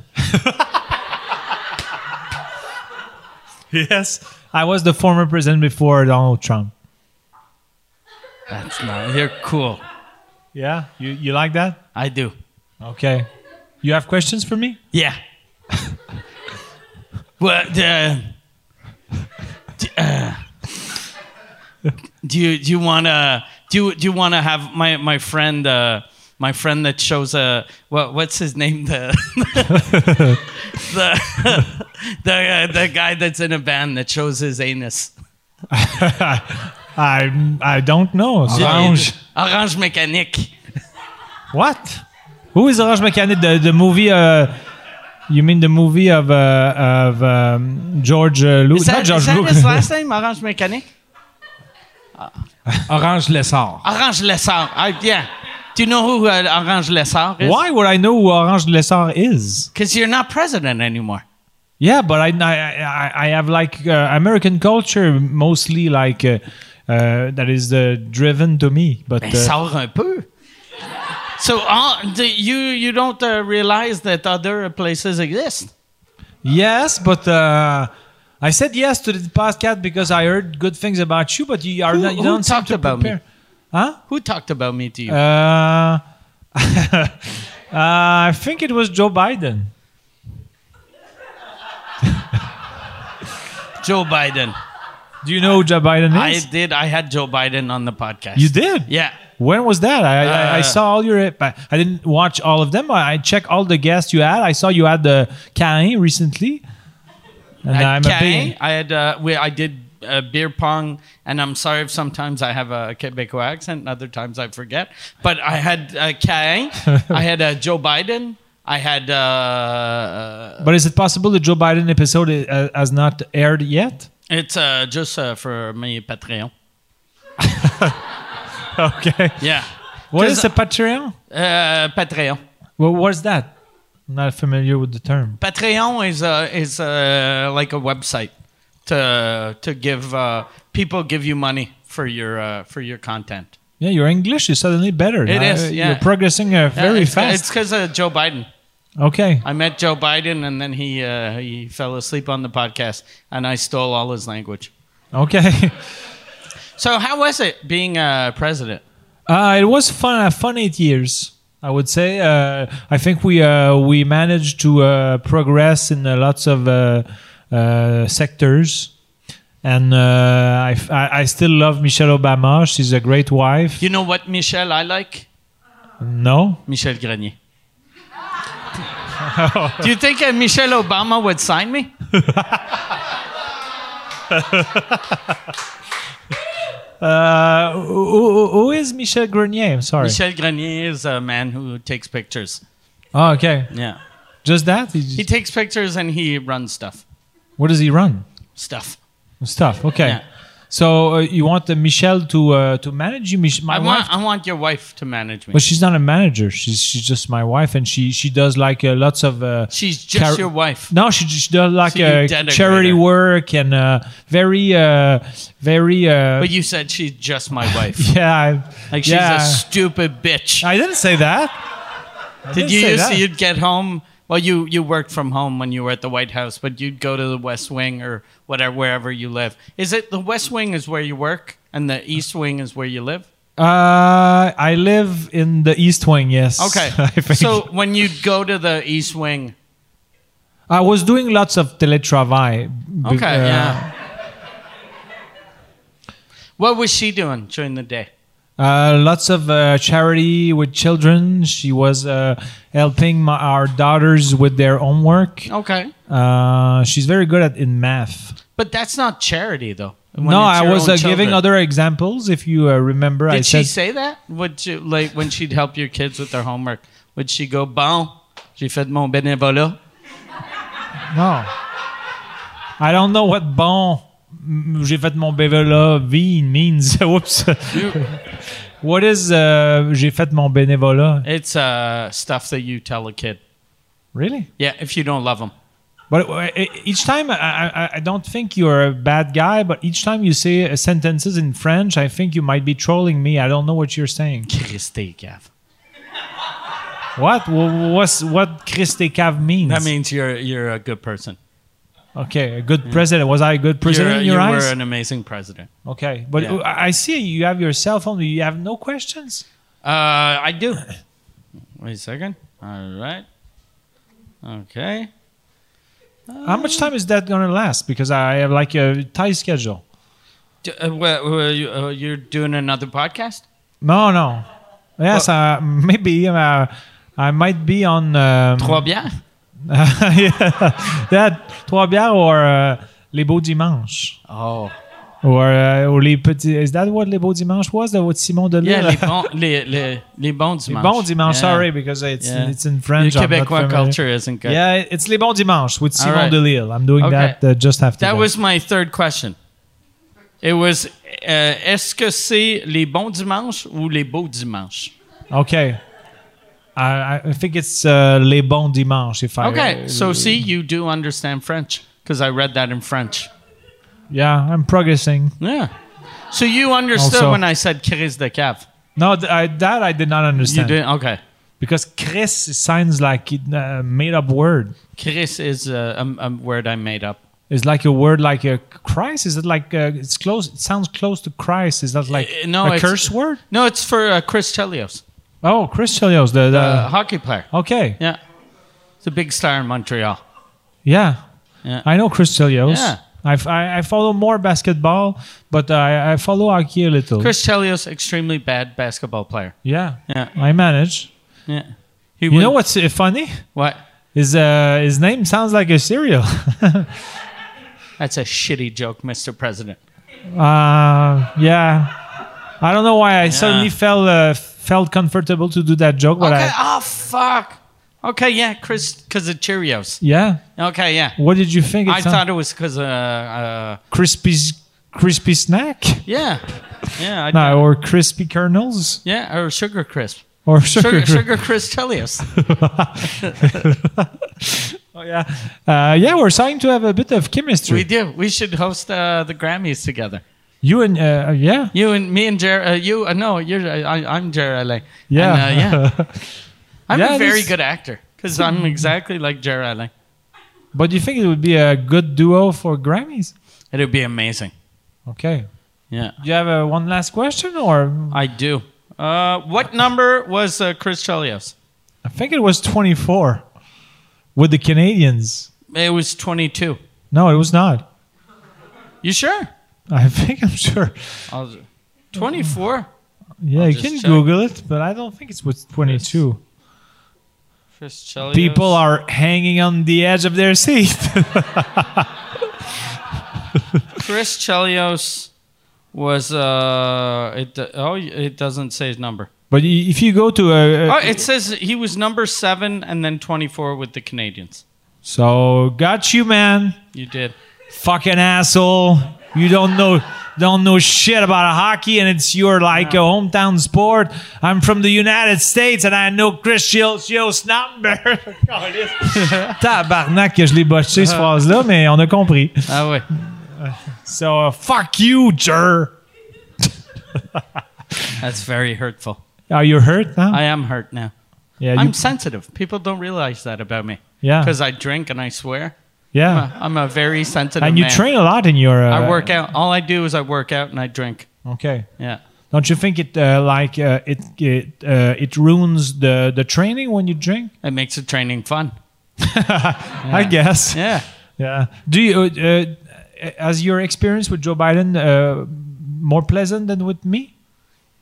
Yes, I was the former president before Donald Trump. That's nice. You're cool. Yeah, you you like that? I do. Okay. You have questions for me? Yeah. well, uh, d- uh, do you do you wanna do you, do you wanna have my my friend uh, my friend that shows uh, what what's his name the the the, uh, the guy that's in a band that shows his anus. I I don't know. Sounge. Orange Mécanique. What? Who is Orange Mechanic? The the movie. Uh, you mean the movie of uh, of um, George uh, Lucas? Is that, Not George is that Lucas. his last name? Orange Mécanique. Orange Lessard. Orange Lessard. I, yeah. Do you know who uh, Orange Lessard is? Why would I know who Orange Lessard is? Because you're not president anymore. Yeah, but I I, I, I have like uh, American culture mostly like uh, uh, that is uh, driven to me. But Ben, uh, sors un peu. So uh, do you you don't uh, realize that other places exist. yes, but. Uh, I said yes to the podcast because I heard good things about you, but you are Who- not. You who don't seem talked to about me? prepare. Huh? Who talked about me to you? Uh, uh, I think it was Joe Biden. Joe Biden. Do you know who Joe Biden I is? did. I had Joe Biden on the podcast. you did? Yeah. When was that? I, I, I Uh, saw all your. I I didn't watch all of them. I, I checked all the guests you had. I saw you had the Karin recently, and I, I'm a big. I had. Uh, we, I did uh, beer pong, and I'm sorry if sometimes I have a Quebecois accent, and other times I forget. But I had uh, Cain. I had uh, Joe Biden. I had. Uh, But is it possible the Joe Biden episode i- uh, has not aired yet? it's uh, just uh, for my Patreon. Okay. Yeah. What 'Cause, is a Patreon? Uh, Patreon. Well, what's that? I'm not familiar with the term. Patreon is uh, is uh, like a website to to give uh, people give you money for your uh, for your content. Yeah, your English is suddenly better. It Uh, is, yeah. You're progressing uh, very Uh, it's, fast. It's because of Joe Biden. okay. I met Joe Biden, and then he uh, he fell asleep on the podcast, and I stole all his language. Okay. So how was it being uh, president? Uh, it was fun. A fun eight years, I would say. Uh, I think we uh, we managed to uh, progress in uh, lots of uh, uh, sectors, and uh, I, f- I- I still love Michelle Obama. She's a great wife. You know what Michel I like? no, Michel Grenier. Do you think uh, Michelle Obama would sign me? uh, who, who- who is Michelle Grenier? I'm sorry. Michel Grenier is a man who takes pictures. Oh, okay, Yeah. just that. He He just- takes pictures and he runs stuff. What does he run? Stuff. Stuff. Okay. Yeah. So uh, you want the Michelle to uh, to manage you? Mich- my I wife want I want your wife to manage me. But she's not a manager. She's she's just my wife, and she she does like uh, lots of. Uh, She's just chari- your wife. No, she, she does like So you uh, denigrate charity her. work and uh, very uh, very. Uh, But you said she's just my wife. yeah, I- Like she's yeah. a stupid bitch. I didn't say that. I Did didn't you say used to, that. you'd get home? Well, you you worked from home when you were at the White House, but you'd go to the West Wing or whatever wherever you live. Is it the West Wing is where you work and the East Wing is where you live? Uh, I live in the East Wing. Yes. Okay. I think. so when you'd go to the East Wing, I was doing lots of teletravail. be- okay, uh, yeah. What was she doing during the day? Uh, lots of uh, charity with children. She was uh, helping my, our daughters with their homework. Okay, Uh, she's very good at in math. but that's not charity though. when no, it's I your was own uh, giving children. other examples. If you uh, remember, I Did she said say that? Would you, like when she'd help your kids with their homework? Would she go bon? J'ai fait mon bénévolat. no. I don't know what bon mm, j'ai fait mon bénévolat vie means. Whoops. what is uh, j'ai fait mon bénévolat? It's uh, stuff that you tell a kid. Really? Yeah, if you don't love them. But uh, each time, I, I, I don't think you're a bad guy. But each time you say uh, sentences in French, I think you might be trolling me. I don't know what you're saying. Christy, Gav. What? Wha- What's what Christe Cave means? That means you're you're a good person. Okay, a good president. Was I a good president You're- uh, in your you eyes? were an amazing president. okay, but Yeah. I I see you have your cell phone. You have no questions. Uh, I do. Wait a second. All right. Okay. How much time is that going to last? Because I have like a tight schedule. D- uh, wha- wha- you, uh, you're doing another podcast? No, no. Yes, uh, maybe uh, I might be on. Um, Trois bières? yeah, that trois bières or uh, les beaux dimanches Oh. or uh, or les petits. Is that what les beaux dimanches was? That what Simon Delille? Yeah, les bons, les, les, les bons Les dimanches. bons dimanches. Yeah. Sorry, because it's Yeah. it's in Your French. I'm not Quebecois familiar. culture isn't good. Yeah, it's Les Bons Dimanches with Simon right. Delille. I'm doing Okay. that uh, just after that. That was my third question. It was, uh, est-ce que c'est les bons dimanches ou les beaux dimanches? okay. I, I think it's uh, Les Bons Dimanches. If I Okay, so see, you do understand French because I read that in French. yeah, I'm progressing. Yeah. So you understood Also- when I said Chris de Cave. No, th- I, that I did not You understand did okay. because Chris sounds like a made-up word. Chris is a, a, a word I made up. It's like a word like a Christ. Is it like uh it's close? It sounds close to Christ. Is that like Uh, no, a it's- curse word? No, it's for uh, Chris Chelios, Oh, Chris Chelios, the, the a hockey player. Uh, okay, Yeah, it's a big star in Montreal. yeah. Yeah. I know Chris Chelios. Yeah. I've- I, I follow more basketball, but I, I follow hockey a little. Chris Chelios, extremely bad basketball player. Yeah, Yeah, I manage. yeah. He You would- know what's uh, funny? What? His, uh, his name sounds like a cereal. That's a shitty joke, Mr. President. uh, yeah. I don't know why I suddenly Yeah. felt, uh, felt comfortable to do that joke, but okay. I. Oh fuck. Okay, yeah, Chris, because of Cheerios. Yeah. Okay, yeah. What did you think? I sound- thought it was because uh, uh, crispy, crispy snack? yeah, yeah, I No, or crispy kernels? yeah, or Sugar Crisp, Or sugar? Sugar, crisp. sugar Crisp Chelios. Oh, yeah. Uh, yeah, we're starting to have a bit of chemistry. we do. We should host uh, the Grammys together. you and. Uh, yeah. You and me and Jer. Uh, you uh, no, you're. Uh, I, I'm Jer Allais. Yeah. And, uh, yeah. I'm Yeah, a very this- good actor because I'm exactly like Jer Allais. But do you think it would be a good duo for Grammys? It'd be amazing. Okay. Yeah, Do you have uh, one last question, or I do. Uh, what number was uh, Chris Chelios? I think it was 24 with the Canadians. It was 22. No, it was not. You sure? I think I'm sure. I was 24. Yeah, I'll you just can check. Google it, but I don't think it's with 22. Chris Chelios. People are hanging on the edge of their seat. Chris Chelios was uh it oh it doesn't say his number. but i- if you go to a, Oh, it says he was number 7 and then 24 with the Canadians. So got you, man. You did. Fucking asshole. You don't know don't know shit about hockey, and it's your like a hometown sport. I'm from the United States, and I know Chris Chio's number. Tabarnak que je l'ai botché cette Uh-huh. phrase-là, mais on a compris. Ah oui. So uh, fuck you, Jer. That's very hurtful. Are you hurt now? I am hurt now. yeah, you, I'm sensitive. People don't realize that about me. Yeah. Because I drink and I swear. yeah. I'm a- I'm a very sensitive and you man. train a lot in your. Uh, I work out. All I do is I work out and I drink. Okay. Yeah. Don't you think it uh, like uh, it it uh, it ruins the the training when you drink? It makes the training fun. I guess. Yeah. Yeah. Do you uh, uh, as your experience with Joe Biden uh, more pleasant than with me?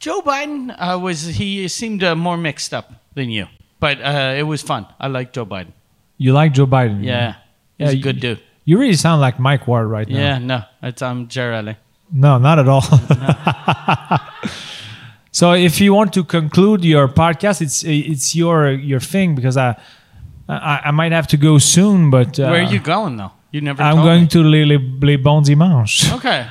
Joe Biden uh, was, he seemed uh, more mixed up than you, but uh, it was fun. I like Joe Biden. You like Joe Biden? Yeah. Mm-hmm. Yeah, He's you- a good dude. You really sound like Mike Ward right now. Yeah, no, it's um Gerale. No, not at all. so if you want to conclude your podcast, it's it's your your thing because I I, I might have to go soon, but uh, Where are you going though? You never. I'm told going me. to les, les, les bons dimanches. Okay.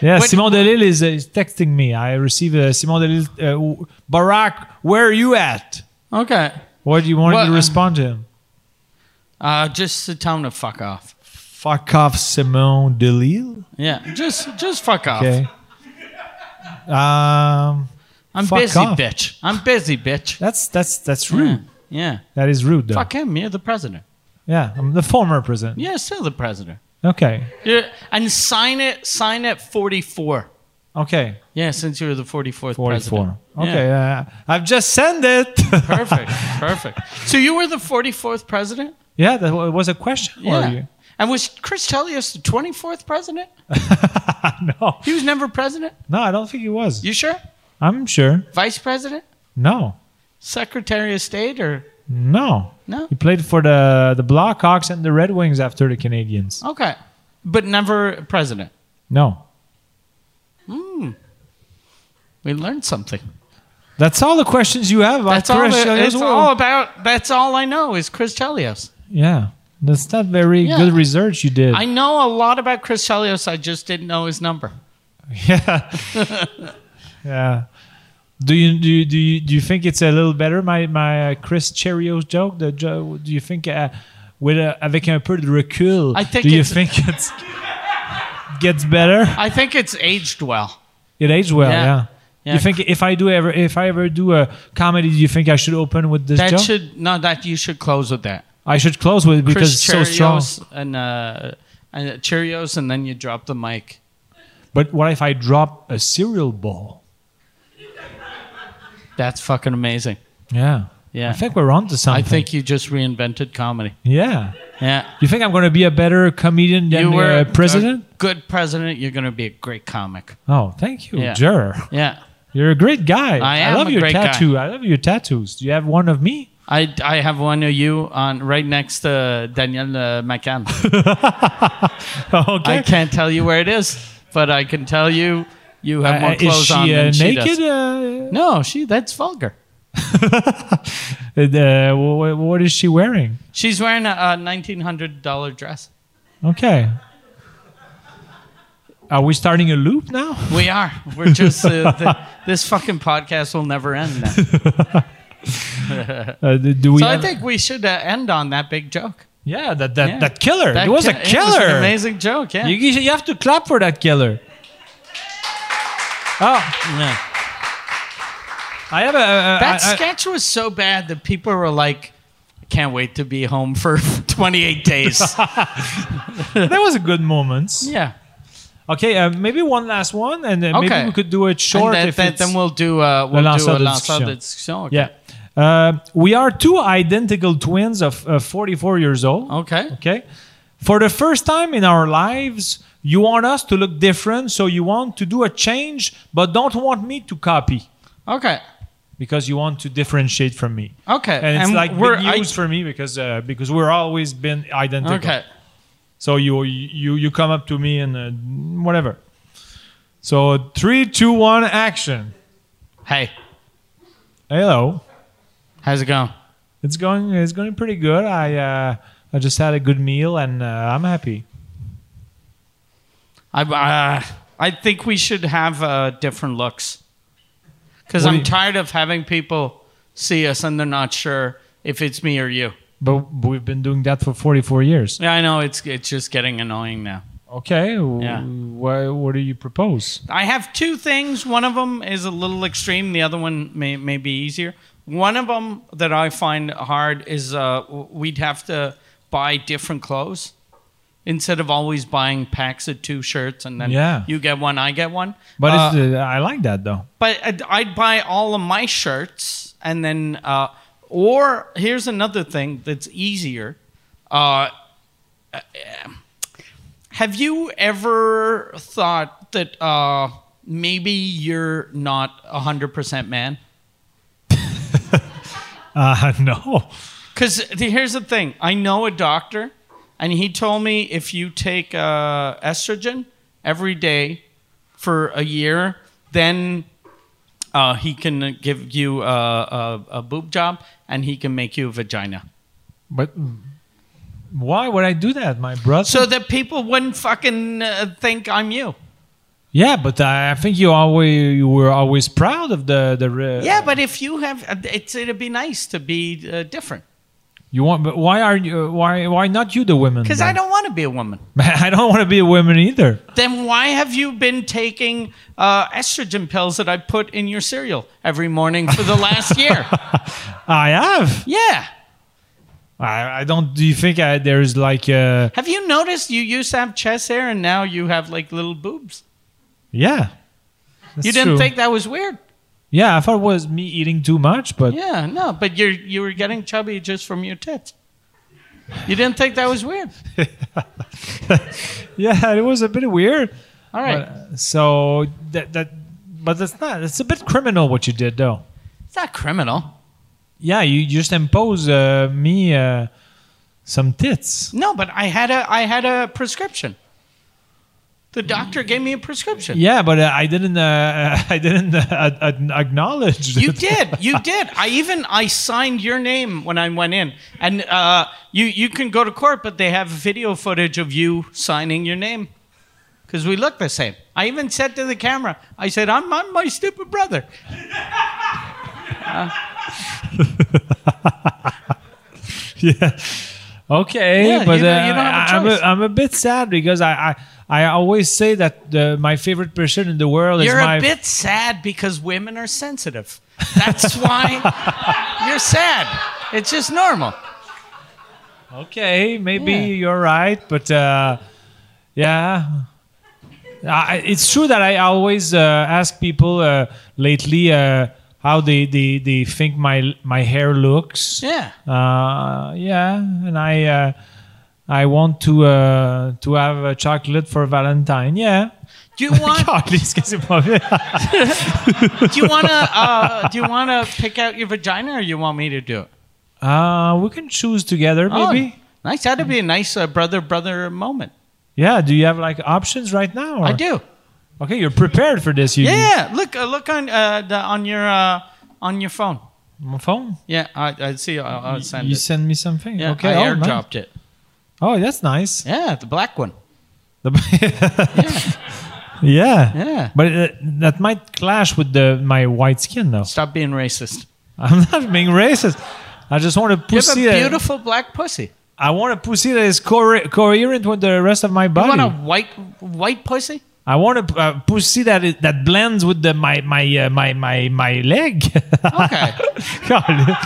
Yeah, What- Simon Delille is, uh, is texting me. I received uh, Simon Delille. Uh, w- Barack, where are you at? Okay. What do you want Well, to um, respond to him? Uh, just the town to fuck off. Fuck off, Simon Delille. Yeah. Just just fuck off. Okay. Um, I'm Fuck busy, off. bitch. I'm busy, bitch. that's that's that's Yeah. rude. yeah. That is rude, though. Fuck him. You're the president. Yeah, I'm the former president. Yeah, still the president. Okay. Yeah. And sign it. Sign it. 44. Okay. Yeah, since you were the 44th 44. president. Okay. Yeah. Uh, I've just sent it. Perfect. Perfect. So you were the 44th president. yeah, that wa- was a question. Were you? And was Chris Tellius the 24th president? no. He was never president. No, I don't think he was. You sure? I'm sure. Vice president? No. Secretary of State or No. no? He played for the the Blackhawks and the Red Wings after the Canadians. Okay. But never president. No. We learned something. That's all the questions you have about That's all, Chris that- Chelios it's World. all about. That's all I know is Chris Chelios. Yeah. That's not very Yeah. good research you did. I know a lot about Chris Chelios. I just didn't know his number. yeah. yeah. Do you do you, do you do you think it's a little better my my uh, Chris Cherios joke? The jo- do you think uh, with a, avec un peu de recul I think do you it's- think it's gets better? I think it's aged well. It aged well, yeah. Yeah. You Yeah. think if I do ever if I ever do a comedy, do you think I should open with this That joke? should no. That you should close with that. I should close with it because it's Chris so strong. Chelios and uh, and uh, Cheerios, and then you drop the mic. But what if I drop a cereal ball? That's fucking amazing. Yeah. I Yeah. think we're on to I something. think you just reinvented comedy. Yeah. Yeah. You think I'm going to be a better comedian than you were uh, president? a good president. You're going to be a great comic. oh, thank you, Yeah. Jer. Yeah, You're a great guy. I am love a your great guy. tattoo. I love your tattoos. Do you have one of me? I, I have one of you on right next to Daniel uh, McCann. I okay. can't tell you where it is, but I can tell you you have Uh, more clothes is she on than uh, she naked? does. Uh, No, she that's vulgar. uh, wh- wh- what is she wearing? She's wearing a, a nineteen hundred dollar dress. Okay. Are we starting a loop now? We are. We're just uh, the, this fucking podcast will never end. Now. So Uh, d- do we? I have- think we should uh, end on that big joke. yeah, that that, Yeah. that killer. That it was ki- a killer. an amazing joke. Yeah. You, you should- you have to clap for that killer. Oh, yeah. I have a. a- That a- a- sketch was so bad that people were like, I can't wait to be home for 28 days. that was a good moment. yeah. Okay, uh, maybe one last one, and uh, maybe Okay. we could do it short. and if then, then, it's, then we'll do, uh, we'll lanceur do a de lanceur discussion. de discussion. Okay. yeah. Uh, we are two identical twins of uh, 44 years old. Okay. Okay. For the first time in our lives, you want us to look different, so you want to do a change, but don't want me to copy Okay. because you want to differentiate from me. Okay. And it's like we're- big I- news for me because uh, because we're always been identical. Okay. So you you you come up to me and uh, whatever. So three, two, one, action. Hey, Hello. how's it going? It's going it's going pretty good. I uh, I just had a good meal and uh, I'm happy. I, uh, I think we should have uh, different looks. Because What do I'm you- tired of having people see us and they're not sure if it's me or you. But we've been doing that for 44 years. Yeah, I know it's it's just getting annoying now. Okay. Yeah. Yeah. Why, what do you propose? I have two things. One of them is a little extreme. The other one may, may be easier. One of them that I find hard is uh, w- we'd have to buy different clothes instead of always buying packs of two shirts and then Yeah. you get one, I get one. But Uh, it's, uh, I like that though. but I'd, I'd buy all of my shirts and then uh, or here's another thing that's easier uh, have you ever thought that uh, maybe you're not 100% man Uh, no. Because here's the thing I know a doctor, and he told me if you take uh, estrogen every day for a year, then uh, he can give you uh, a, a, a boob job and he can make you a vagina. But why would I do that, my brother? So that people wouldn't fucking uh, think I'm you. yeah, but I think you always you were always proud of the the. re- Yeah, but if you have, uh, it's, it'd be nice to be uh, different. You want, but why are you? Why why not you the women? Because I don't want to be a woman. I don't want to be a woman either. Then why have you been taking uh, estrogen pills that I put in your cereal every morning for the last year? I have. Yeah. I, I don't. Do you think I, there's like uh Have you noticed you used to have chest hair and now you have like little boobs? yeah? That's you didn't true. think that was weird? Yeah, I thought it was me eating too much, but Yeah, no, but you're you were getting chubby just from your tits. You didn't think that was weird. yeah, it was a bit weird. All right. But, uh, so that that, but that's not. It's a bit criminal what you did though. it's not criminal. Yeah, you just impose uh, me uh, some tits. No, but I had a I had a prescription. The doctor gave me a prescription. Yeah, but uh, I didn't. Uh, I didn't uh, ad- acknowledge. You that. did. You did. I even I signed your name when I went in, and uh, you you can go to court, but they have video footage of you signing your name because we look the same. I even said to the camera, I said, "I'm, I'm my stupid brother." yeah. Okay, Yeah, you but don't- uh, you don't have a I'm, a, choice. I'm a bit sad because I I, I always say that uh, my favorite person in the world You're is my a bit sad because women are sensitive. That's why you're sad. It's just normal. Okay, maybe Yeah. you're right, but uh, yeah, I, it's true that I always uh, ask people uh, lately uh, how they, they, they think my my hair looks. Yeah. Uh, yeah, and I uh, I want to uh, to have a chocolate for Valentine. Yeah. Do you want? Charlie, excusez-moi. Do you want to? Uh, do you want to pick out your vagina, or you want me to do it? uh, we can choose together, maybe. Oh, nice. That'd be a nice uh, brother brother moment. Yeah. Do you have like options right now? or- I do. Okay, you're prepared for this. You Yeah, yeah. Look, uh, look on uh, the, on your uh, on your phone. My phone. Yeah, I, I see. I, I send you it. send me something. Yeah, okay. I oh, nice. airdropped it. Oh, that's nice. Yeah, the black one. The- yeah. Yeah. But uh, that might clash with the my white skin, though. Stop being racist. I'm not being racist. I just want a You have a pussy. uh, that, beautiful black pussy. I want a pussy that is cohere- coherent with the rest of my You body. want a white white pussy? I want a uh, pussy that is, that blends with the my my uh, my my my leg. Okay. God.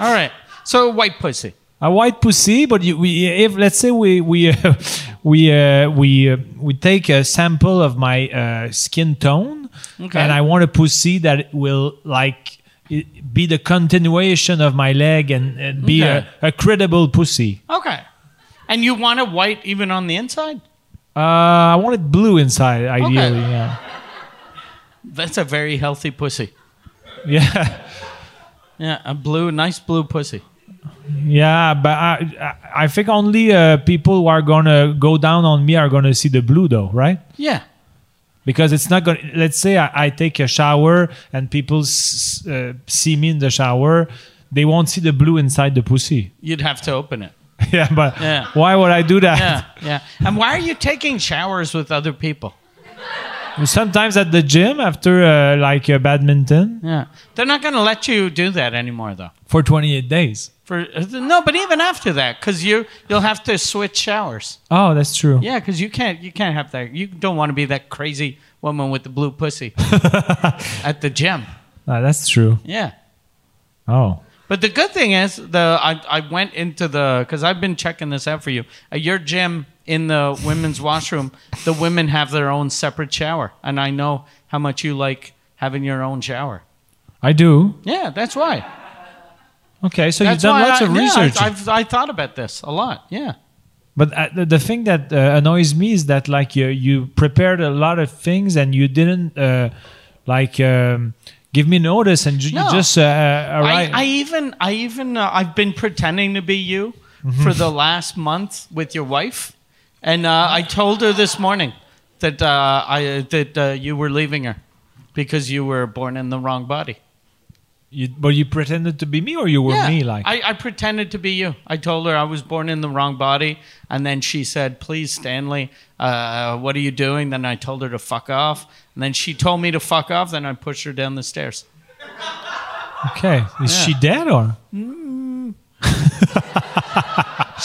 All right. So white pussy. a white pussy, but you, we, if let's say we we uh, we uh, we uh, we take a sample of my uh, skin tone, Okay. and I want a pussy that will like i- be the continuation of my leg and, and be Okay. a, a credible pussy. Okay. And you want a white even on the inside? Uh, I want it blue inside, ideally. Yeah, That's a very healthy pussy. yeah, Yeah, a blue, nice blue pussy. yeah. But I, I I think only uh, people who are gonna go down on me are gonna see the blue, though, right? Yeah. because it's not going to let's say I, I take a shower and people s- uh, see me in the shower they won't see the blue inside the pussy You'd have to open it. yeah, but Yeah. why would I do that? Yeah, yeah. And why are you taking showers with other people? Sometimes at the gym after uh, like uh, badminton Yeah. They're not going to let you do that anymore, though. for 28 days. For no, but even after that, because you you'll have to switch showers. Oh, that's true. Yeah, because you can't you can't have that. You don't want to be that crazy woman with the blue pussy at the gym. Ah, that's true. Yeah. Oh. But the good thing is the I, I went into the because I've been checking this out for you at your gym in the women's washroom. The women have their own separate shower, and I know how much you like having your own shower. I do. Yeah, that's why. Okay, so That's you've done why lots I- of yeah, I- research. I've, I thought about this a lot. Yeah. But uh, the, the thing that uh, annoys me is that like you, you prepared a lot of things and you didn't uh, like um, give me notice and you, No. you just uh, uh, arrived. I, I even I even uh, I've been pretending to be you for the Mm-hmm. last month with your wife, and uh, I told her this morning that uh, I that uh, you were leaving her because you were born in the wrong body. you, but you pretended to be me or you were me like I, I pretended to be you. I told her I was born in the wrong body, and then she said, "Please, Stanley, uh, what are you doing?" Then I told her to fuck off, and then she told me to fuck off. Then I pushed her down the stairs. okay is Yeah. she dead or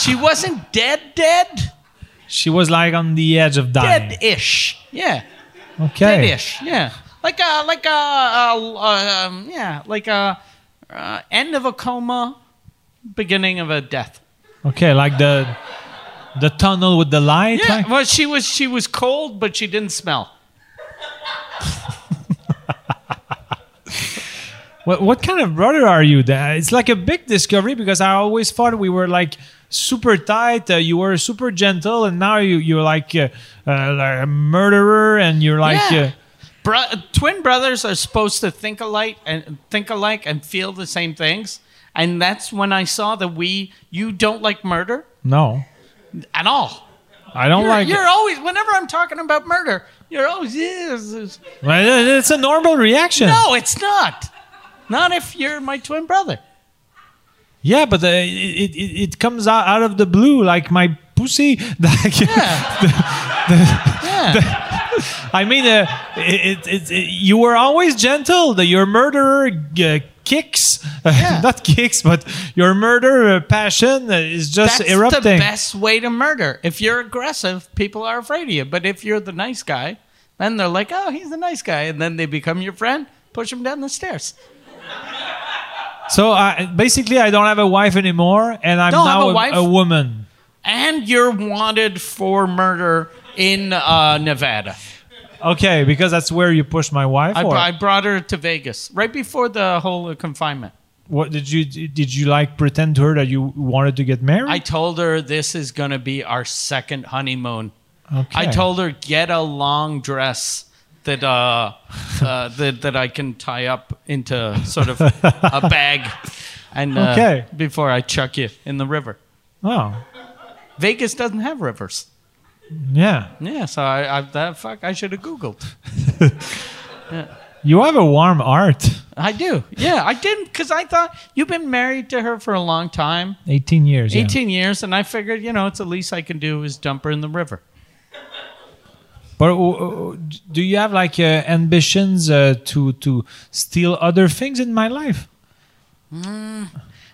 She wasn't dead, dead, she was like on the edge of dying dead-ish. Yeah. okay Dead-ish, yeah. Like a like a, uh um, yeah, like a uh, end of a coma, beginning of a death. okay like the the tunnel with the light Yeah. like- Well, she was she was cold, but she didn't smell. What, what kind of brother are you? That it's like a big discovery because I always thought we were like super tight. Uh, you were super gentle, and now you you're like, uh, uh, like a murderer, and you're like uh, yeah. yeah. Bro- twin brothers are supposed to think alike and think alike and feel the same things. And that's when I saw that we you don't like murder no, at all. I don't You're, like. you're always whenever I'm talking about murder, you're always "Yeah, it's- it's-" Well, it- It's a normal reaction. No, it's not. Not if you're my twin brother. Yeah, but uh, it, it it it comes out out of the blue, like my pussy. Like, Yeah. yeah. I mean, uh, it, it, it, you were always gentle. The, your murderer uh, kicks, Yeah. not kicks, but your murder uh, passion is just That's erupting. the best way to murder. If you're aggressive, people are afraid of you. But if you're the nice guy, then they're like, oh, he's the nice guy. And then they become your friend, push him down the stairs. So I, basically, I don't have a wife anymore, and I'm Don't have now a a, wife? a woman. And you're wanted for murder in uh, Nevada. Okay, because that's where you pushed my wife. I, or I brought her to Vegas right before the whole confinement. what did you did you like pretend to her that you wanted to get married? I told her this is going to be our second honeymoon. okay. I told her get a long dress that uh, uh that that I can tie up into sort of a bag, and uh, Okay. before I chuck you in the river. Oh, Vegas doesn't have rivers. yeah. Yeah, so I, I that fuck I should have googled. You have a warm heart. I do. Yeah, I didn't because I thought you've been married to her for a long time, Eighteen years. yeah. eighteen years, and I figured you know it's the least I can do is dump her in the river. But uh, uh, do you have like uh, ambitions uh, to to steal other things in my life?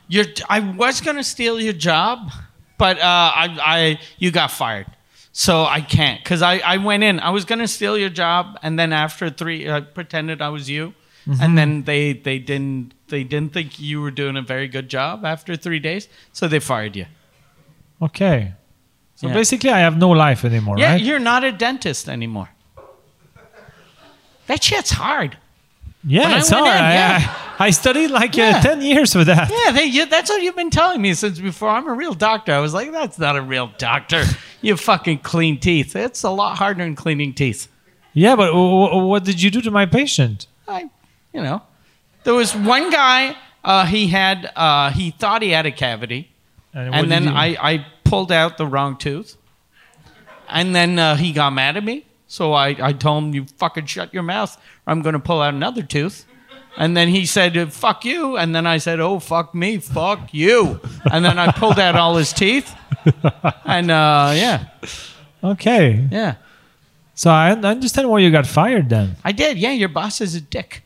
Your, I was gonna steal your job, but uh, I, I, you got fired, so I can't. Cause I, I went in. I was gonna steal your job, and then after three, I pretended I was you, and then they, they didn't, they didn't think you were doing a very good job after three days, so they fired you. Okay. So Yeah. basically, I have no life anymore, yeah, right? you're not a dentist anymore. That shit's hard. When I yeah, it's went hard. in, I, yeah. I, I studied like Yeah. uh, ten years for that. Yeah, they, you, that's what you've been telling me since before. I'm a real doctor. I was like, that's not a real doctor. You fucking clean teeth. It's a lot harder than cleaning teeth. Yeah, but w- w- what did you do to my patient? I, you know, there was one guy. Uh, he had. Uh, he thought he had a cavity, what did and then you- I, I pulled out the wrong tooth, and then uh, he got mad at me. So I, I told him, "You fucking shut your mouth, or I'm going to pull out another tooth." And then he said, "Uh, fuck you. And then I said, oh, fuck me, fuck you. And then I pulled out all his teeth. And uh, yeah, Okay. yeah. So I I understand why you got fired then. I did. Yeah, your boss is a dick.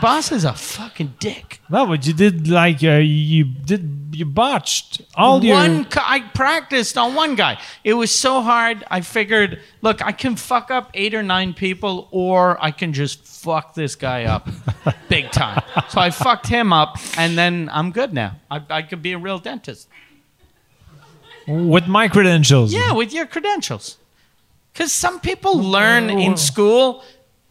boss is a fucking dick. No, but you did like uh, you did you botched all your one co- I practiced on one guy. It was so hard. I figured, look, I can fuck up eight or nine people, or I can just fuck this guy up big time. So I fucked him up, and then I'm good now. I, I could be a real dentist. with my credentials. Yeah, with your credentials. Because some people Oh. learn in school.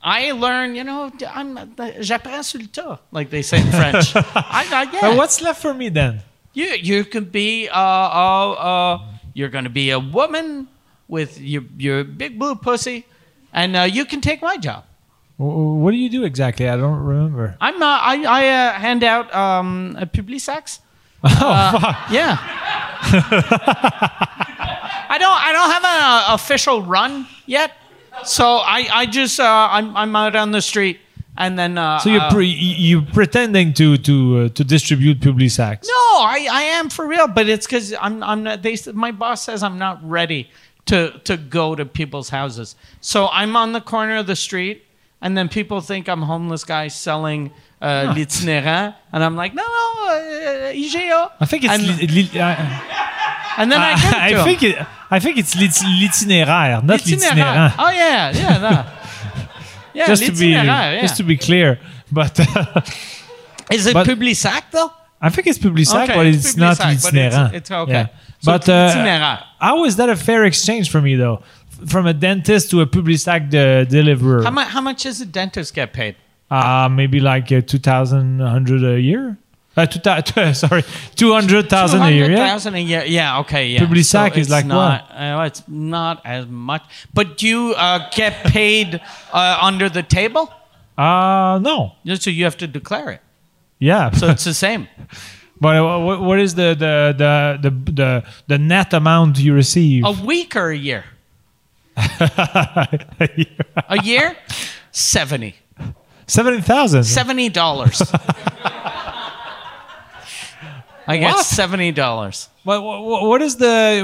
I learn, you know, I'm j'apprends sur le tas, like they say in French. I, I, yeah. But what's left for me then? You you can be uh uh, uh you're gonna be a woman with your your big blue pussy, and uh, you can take my job. W- What do you do exactly? I don't remember. I'm uh, I I uh, hand out um a Publisax. Oh Uh, fuck! Yeah. I don't I don't have an uh, official run yet, so I I just uh, I'm I'm out on the street and then uh, So you're uh, pre- you you're pretending to to uh, to distribute Publisax. No, I, I am for real, but it's because I'm I'm not. They s- my boss says I'm not ready to to go to people's houses, so I'm on the corner of the street, and then people think I'm homeless guy selling uh, l'itinéraire, and I'm like, no, no, uh, IGO. I think it's and, li- li- I, and then I, give it to I, I him. think it, I think it's lit- l'itinéraire, not l'itinéraire. Oh yeah, yeah, no. yeah. just to be l'itinéraire, yeah. just to be clear, but is it but- Publisac though? I think it's Publisac, Okay, but it's, it's not Publisac, but it's- l'itinéraire. it's okay. So But it's l'itinéraire. uh, how is that a fair exchange for me though? F- From a dentist to a Publisac de- deliverer, How much? How much does a dentist get paid? uh, maybe like uh, two thousand hundred a year. Uh, two thou- sorry, two hundred thousand a year. Yeah, 200,000 a year. Yeah. Okay. Yeah. Publisac is it's like not, Uh, it's not as much. But do you uh, get paid uh, under the table? uh, no, Yeah, So you have to declare it. yeah. So it's the same. but uh, what, what is the the, the the the the net amount you receive? A week or a year? A year? Seventy. Seventy thousand. Seventy dollars. I guess seventy dollars. What, what, what is the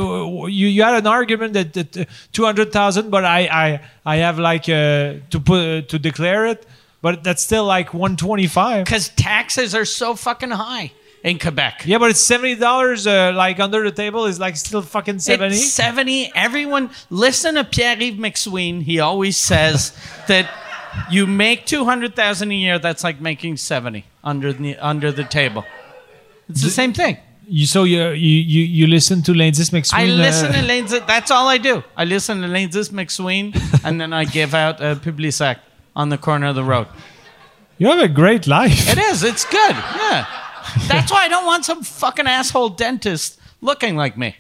you, you had an argument that, that two hundred thousand, but I, I I have like uh, to put to declare it, but that's still like one twenty five. Because taxes are so fucking high in Quebec. Yeah, but it's seventy dollars. Uh, like under the table is like still fucking seventy. It's 70. Everyone, listen to Pierre-Yves McSween. He always says that you make 200,000 a year, that's like making 70 under the, under the table. It's the same thing. You so you you you, you listen to Lindsay McSween. I listen uh, to Lindsay. That's all I do. I listen to Lindsay McSween, and then I give out a Publisac on the corner of the road. you have a great life. It is. It's good. Yeah. That's why I don't want some fucking asshole dentist looking like me.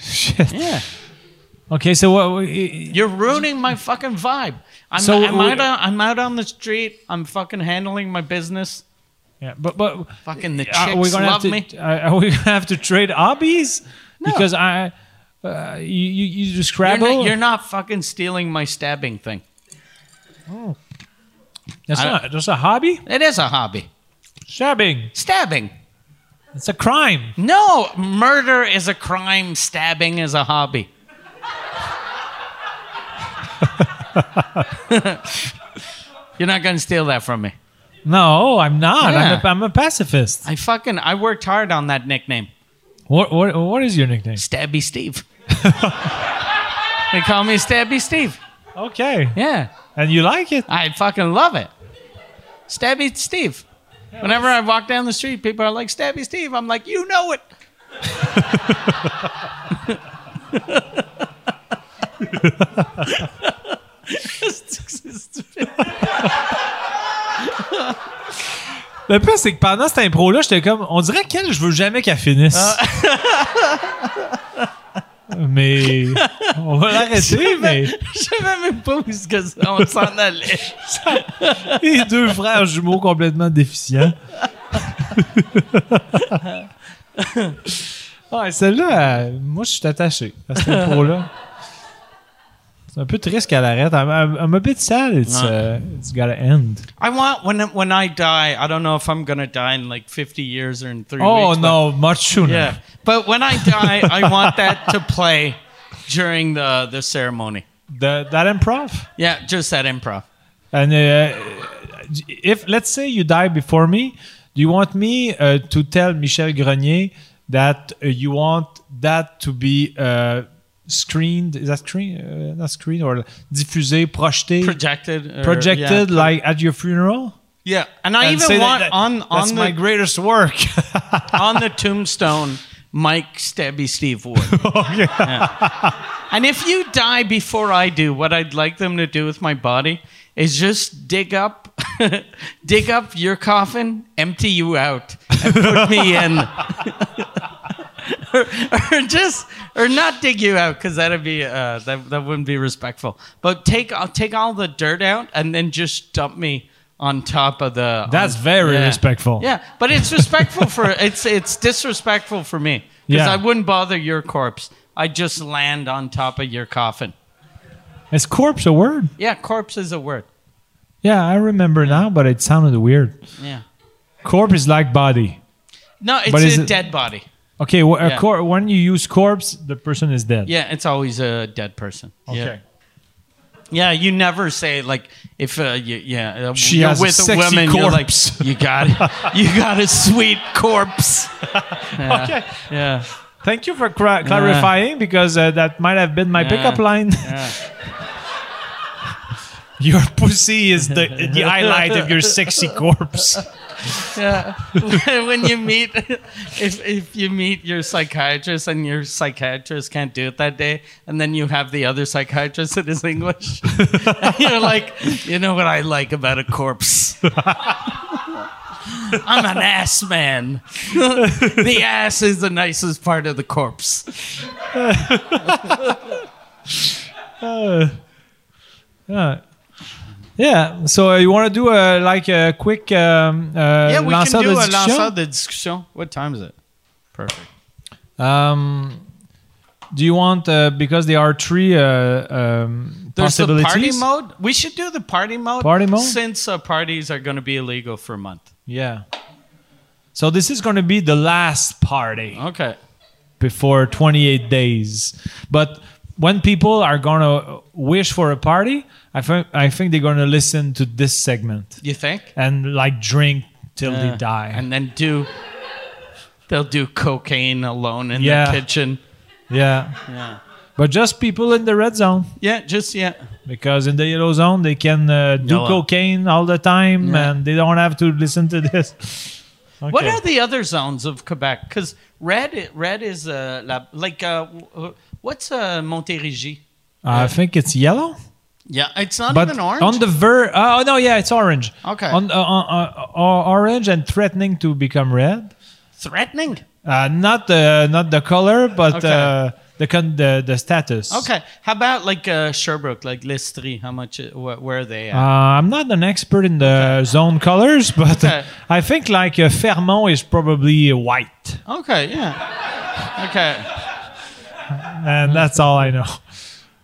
Shit. Yeah. Okay, so what? we- You're ruining my fucking vibe. I'm, So I'm, we- out on, I'm out on the street. I'm fucking handling my business. Yeah, but but Fucking the chicks Uh, are we gonna love have to, uh, me. Are are we gonna have to trade hobbies? Because I. Uh, you, you you do You're Scrabble. not, you're not fucking stealing my stabbing thing. that's I- not that's a hobby. It is a hobby. Stabbing. Stabbing. It's a crime. No, murder is a crime. Stabbing is a hobby. you're not gonna steal that from me. No, I'm not. Yeah. I'm, a, I'm a pacifist. I fucking I worked hard on that nickname. What, what what is your nickname? Stabby Steve. they call me Stabby Steve. Okay, Yeah. and you like it? I fucking love it. Stabby Steve. Whenever I walk down the street, people are like, Stabby Steve. I'm like, you know it. Le pire c'est que pendant cette impro là, j'étais comme, on dirait qu'elle, je veux jamais qu'elle finisse. Ah. mais on va l'arrêter. mais Je savais même pas où est-ce que ça- on s'en allait. les deux frères jumeaux complètement déficients. ouais, celle-là, euh, moi je suis attaché à cette impro là. C'est un peu triste qu'elle arrête. I'm, I'm- I'm a bit sad. It's, Ouais. uh, it's gotta end. I want when when I die. I don't know if I'm gonna die in like 50 years or in three Oh weeks. but- no, much sooner. yeah, but when I die, I want that to play during the the ceremony. The, that improv. Yeah, just that improv. And uh, if let's say you die before me, do you want me uh, to tell Michel Grenier that uh, you want that to be uh, screened? Is that screen? Uh, not screened or diffusé, projeté, Projected. or- projected Yeah. like at your funeral? Yeah, and I And say even that- want that- on that's on my the greatest work. on the tombstone, Mike Stabby Steve Wood. Oh, Yeah. And if you die before I do, what I'd like them to do with my body is just dig up, dig up your coffin, empty you out, and put me in. or, or just, or not dig you out because that'd be uh, that, that wouldn't be respectful. But take I'll take all the dirt out and then just dump me on top of the. That's on- very respectful. yeah, but it's respectful for it's it's disrespectful for me because Yeah. I wouldn't bother your corpse. I just land on top of your coffin. Is corpse a word? Yeah, corpse is a word. Yeah, I remember now, but it sounded weird. Yeah. Corpse is like body. No, it's But is a it- dead body. Okay, wh- a Yeah. cor- when you use corpse, the person is dead. Yeah, it's always a dead person. Yeah. Okay. Yeah, you never say like if uh, you, yeah uh, She you're has a with sexy woman you're like corpse. you got you got a sweet corpse. Yeah. Okay. Yeah. Thank you for cra- clarifying because uh, that might have been my Yeah. pickup line. your pussy is the, the highlight of your sexy corpse. Yeah. when you meet, if, if you meet your psychiatrist and your psychiatrist can't do it that day, and then you have the other psychiatrist that is English, and you're like, you know what I like about a corpse? I'm an ass man. the ass is the nicest part of the corpse. Yeah. Yeah, so uh, you want to do a like a quick um, uh, Yeah, we lanceur can do de a discussion? lanceur de discussion. What time is it? Perfect. Um, do you want uh, because there are three uh, um, There's the possibilities? party mode. We should do the party mode. Party mode? Since uh, parties are going to be illegal for a month. Yeah. So this is going to be the last party. Okay. before 28 days. But when people are gonna wish for a party, I think I think they're gonna listen to this segment You think? and like drink till Uh, they die. And then do. They'll do cocaine alone in Yeah. the kitchen. yeah. Yeah. But just people in the red zone Yeah. Just yeah. because in the yellow zone they can uh, do Yellow. cocaine all the time Yeah. and they don't have to listen to this. Okay. What are the other zones of Quebec? Because red, i- red is uh, la, like uh, w- w- what's uh, Montérégie? I think it's yellow. Yeah, it's not but even orange. on the ver oh no yeah it's orange Okay. on uh, uh, uh, orange and threatening to become red Threatening. Uh, not the not the color, but Okay. uh, the con- the the status. Okay. How about like uh, Sherbrooke, like Lestrie? How much? uh, Wh- where are they Uh, at? I'm not an expert in the zone colors, but Okay. I think like uh, Fermont is probably white, okay. Yeah. Okay. Mm-hmm. and that's all I know.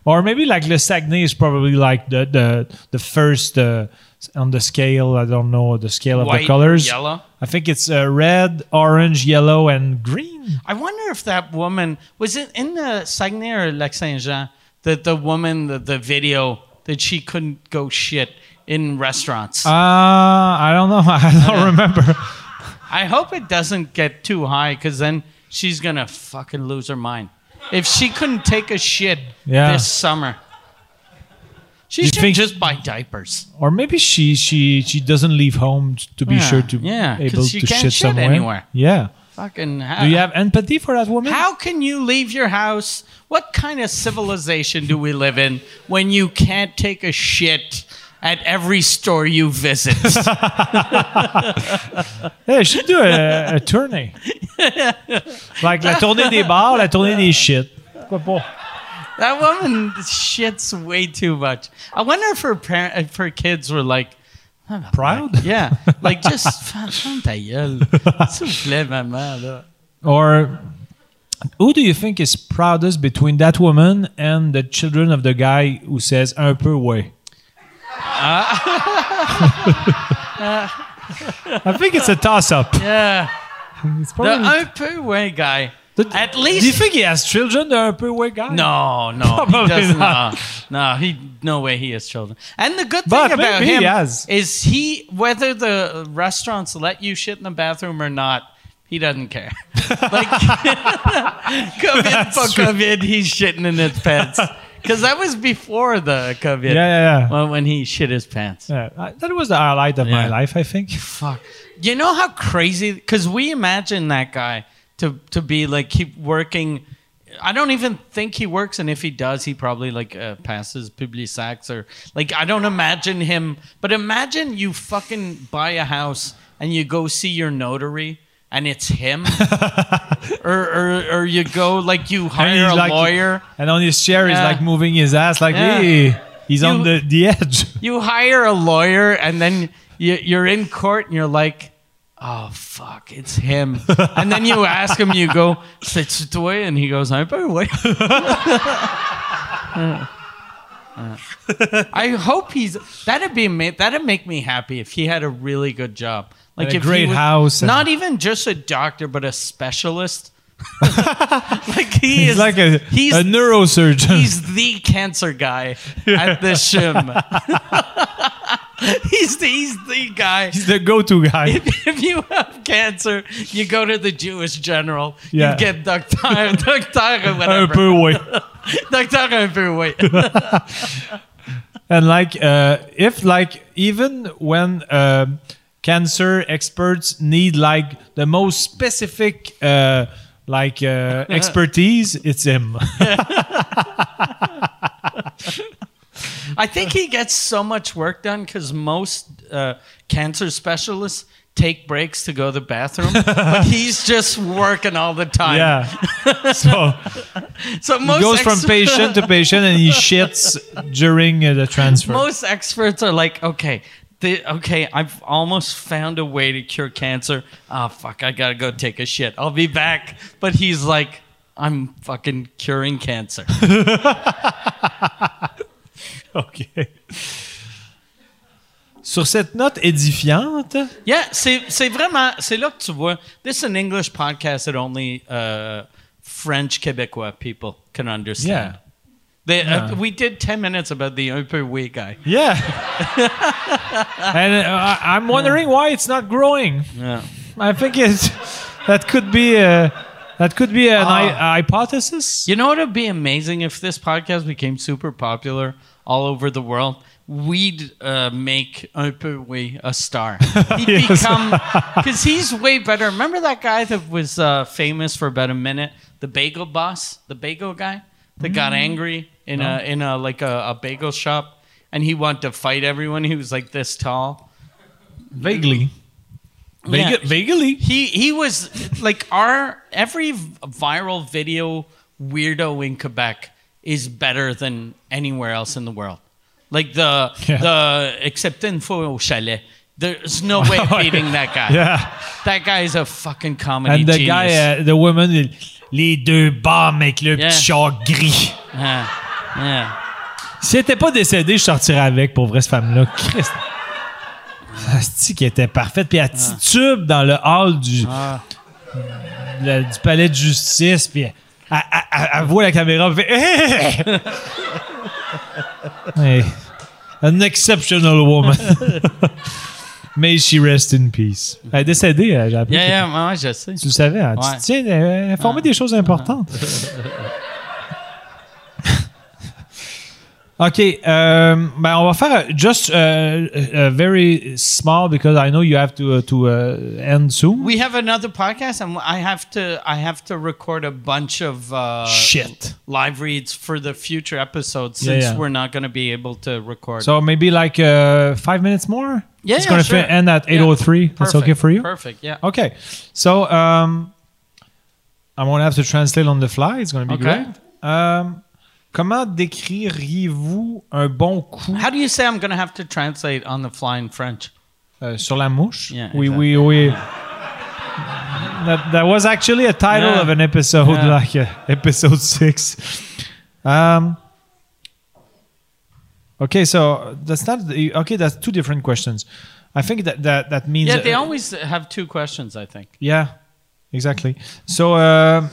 Or maybe like Le Saguenay is probably like the the the first uh, s- on the scale. I don't know the scale of the White, colors. yellow. I think it's uh, red, orange, yellow, and green. I wonder if that woman was it in the Saguenay or Lac Saint Jean that the woman the, the video that she couldn't go shit in restaurants. Uh, I don't know. I don't remember. I hope it doesn't get too high because then she's gonna fucking lose her mind. If she couldn't take a shit Yeah. this summer, she You should think- just buy diapers. or maybe she she she doesn't leave home t- to be Yeah, sure to yeah, 'cause able she to can't shit shit somewhere. anywhere. Yeah. Fucking. Do you have empathy for that woman? How can you leave your house? What kind of civilization do we live in when you can't take a shit at every store you visit? Yeah, she do a, a tourney. like la tournée des bars, la tournée des shit. Pourquoi pas? that woman shits way too much. I wonder if her parent, if her kids were like, Proud? yeah, like just ferme ta gueule, s'il vous plaît, maman. Là. Or Who do you think is proudest between that woman and the children of the guy who says un peu way? Ah. I think it's a toss up. Yeah. It's The probably- un peu way guy. The- At Do you least. think he has children, the un peu way guy? No, no, he Probably does not. not. No, he no way he has children. And the good thing But about maybe he him has. is he whether the restaurants let you shit in the bathroom or not, he doesn't care. Like COVID for true. COVID, he's shitting in his pants. Because that was before the COVID. Yeah, yeah, yeah. Well, when he shit his pants. Yeah, I- that was the highlight of my Yeah. life, I think. Fuck. You know how crazy? Because we imagine that guy to to be like keep working. I don't even think he works, and if he does, he probably like uh, passes Publisax or like I don't imagine him. But imagine you fucking buy a house and you go see your notary. And it's him, or, or or you go like you And hire he's a like- lawyer. And on his chair, he's Yeah. like moving his ass, like, Yeah. hey, he's on You- the, the edge. you hire a lawyer and then you, you're in court and you're like oh fuck it's him and then you ask him you go c'est toi and he goes i'm by the way i hope he's that'd be ama- that'd make me happy if he had a really good job And a if he great was- house and- not even just a doctor but a specialist like he He's is like a, he's a neurosurgeon. He's the cancer guy at the shim. he's, the, he's the guy. He's the go-to guy. If you have cancer, you go to the Jewish general. Yeah. You get doctor, doctor, Un whatever. peu, way. Doctor, un peu, wait. And like, uh, if like, even when um cancer experts need like the most specific uh, like uh, expertise, it's him. I think he gets so much work done because most uh, cancer specialists take breaks to go to the bathroom, but he's just working all the time. yeah. so So he most goes from ex- patient to patient, and he shits during uh, the transfer. Most experts are like, okay, the, okay, I've almost found a way to cure cancer. Oh fuck, I gotta go take a shit. I'll be back. But he's like, I'm fucking curing cancer. OK. Sur cette note édifiante, yeah, c'est c'est vraiment c'est là que tu vois. This is an English podcast that only uh, French Quebecois people can understand. yeah, They, Yeah. Uh, we did ten minutes about the un peu oui guy. yeah. and uh, I- I'm wondering why it's not growing. Yeah. I think it's that could be a, that could be an hy- hypothesis. You know what would be amazing if this podcast became super popular all over the world? We'd uh, make Un peu oui a star. He'd Yes. become because he's way better. Remember that guy that was uh, famous for about a minute, the bagel boss, the bagel guy that got angry in a in a like a, a bagel shop, and he wanted to fight everyone. He was like this tall. Vaguely. Vague- Yeah. Vaguely. He he was like our every viral video weirdo in Quebec is better than anywhere else in the world. Like the Yeah. the except in Faux au Chalet. There's no way of beating that guy. Oh, Yeah. That guy is a fucking comedy And the genius. guy, uh, the woman, il- les deux bars avec le Yeah. petit chat gris. yeah. yeah. Si elle était pas décédée, je sortirais avec pour vrai, cette femme-là. Christ. Asti qui était parfaite. Puis elle titube dans le hall du, le- du palais de justice. Puis elle, elle- elle- elle voit la caméra. puis elle fait Hey. An exceptional woman. May she rest in peace. Elle est décédée, elle, j'ai appris. Yeah, que- yeah, moi, je sais. Tu le savais, hein? Ouais. Ah. Tu tiens, euh, informé des choses importantes. OK, euh, ben on va faire euh, just euh, euh, very small because I know you have to, uh, to uh, end soon. We have another podcast and I have to I have to record a bunch of uh, Ah, Shit. live reads for the future episodes Yeah, since yeah. we're not going to be able to record. So maybe like uh, five minutes more? Yeah, It's yeah, gonna sure. fi- end at Yeah. 8.03. That's okay for you? Perfect. Yeah. Okay. So um, I'm going to have to translate on the fly. It's going to be Okay. great. Um, comment décririez-vous un bon coup How do you say I'm gonna have to translate Uh, on the fly in French? Euh, sur la mouche? Yeah, oui, oui, oui. that, that was actually a title Yeah. of an episode, Yeah. like uh, episode six. Um, okay, so that's not the- okay. That's two different questions. I think that that that means Yeah, they uh, always have two questions, I think. yeah, exactly. So, um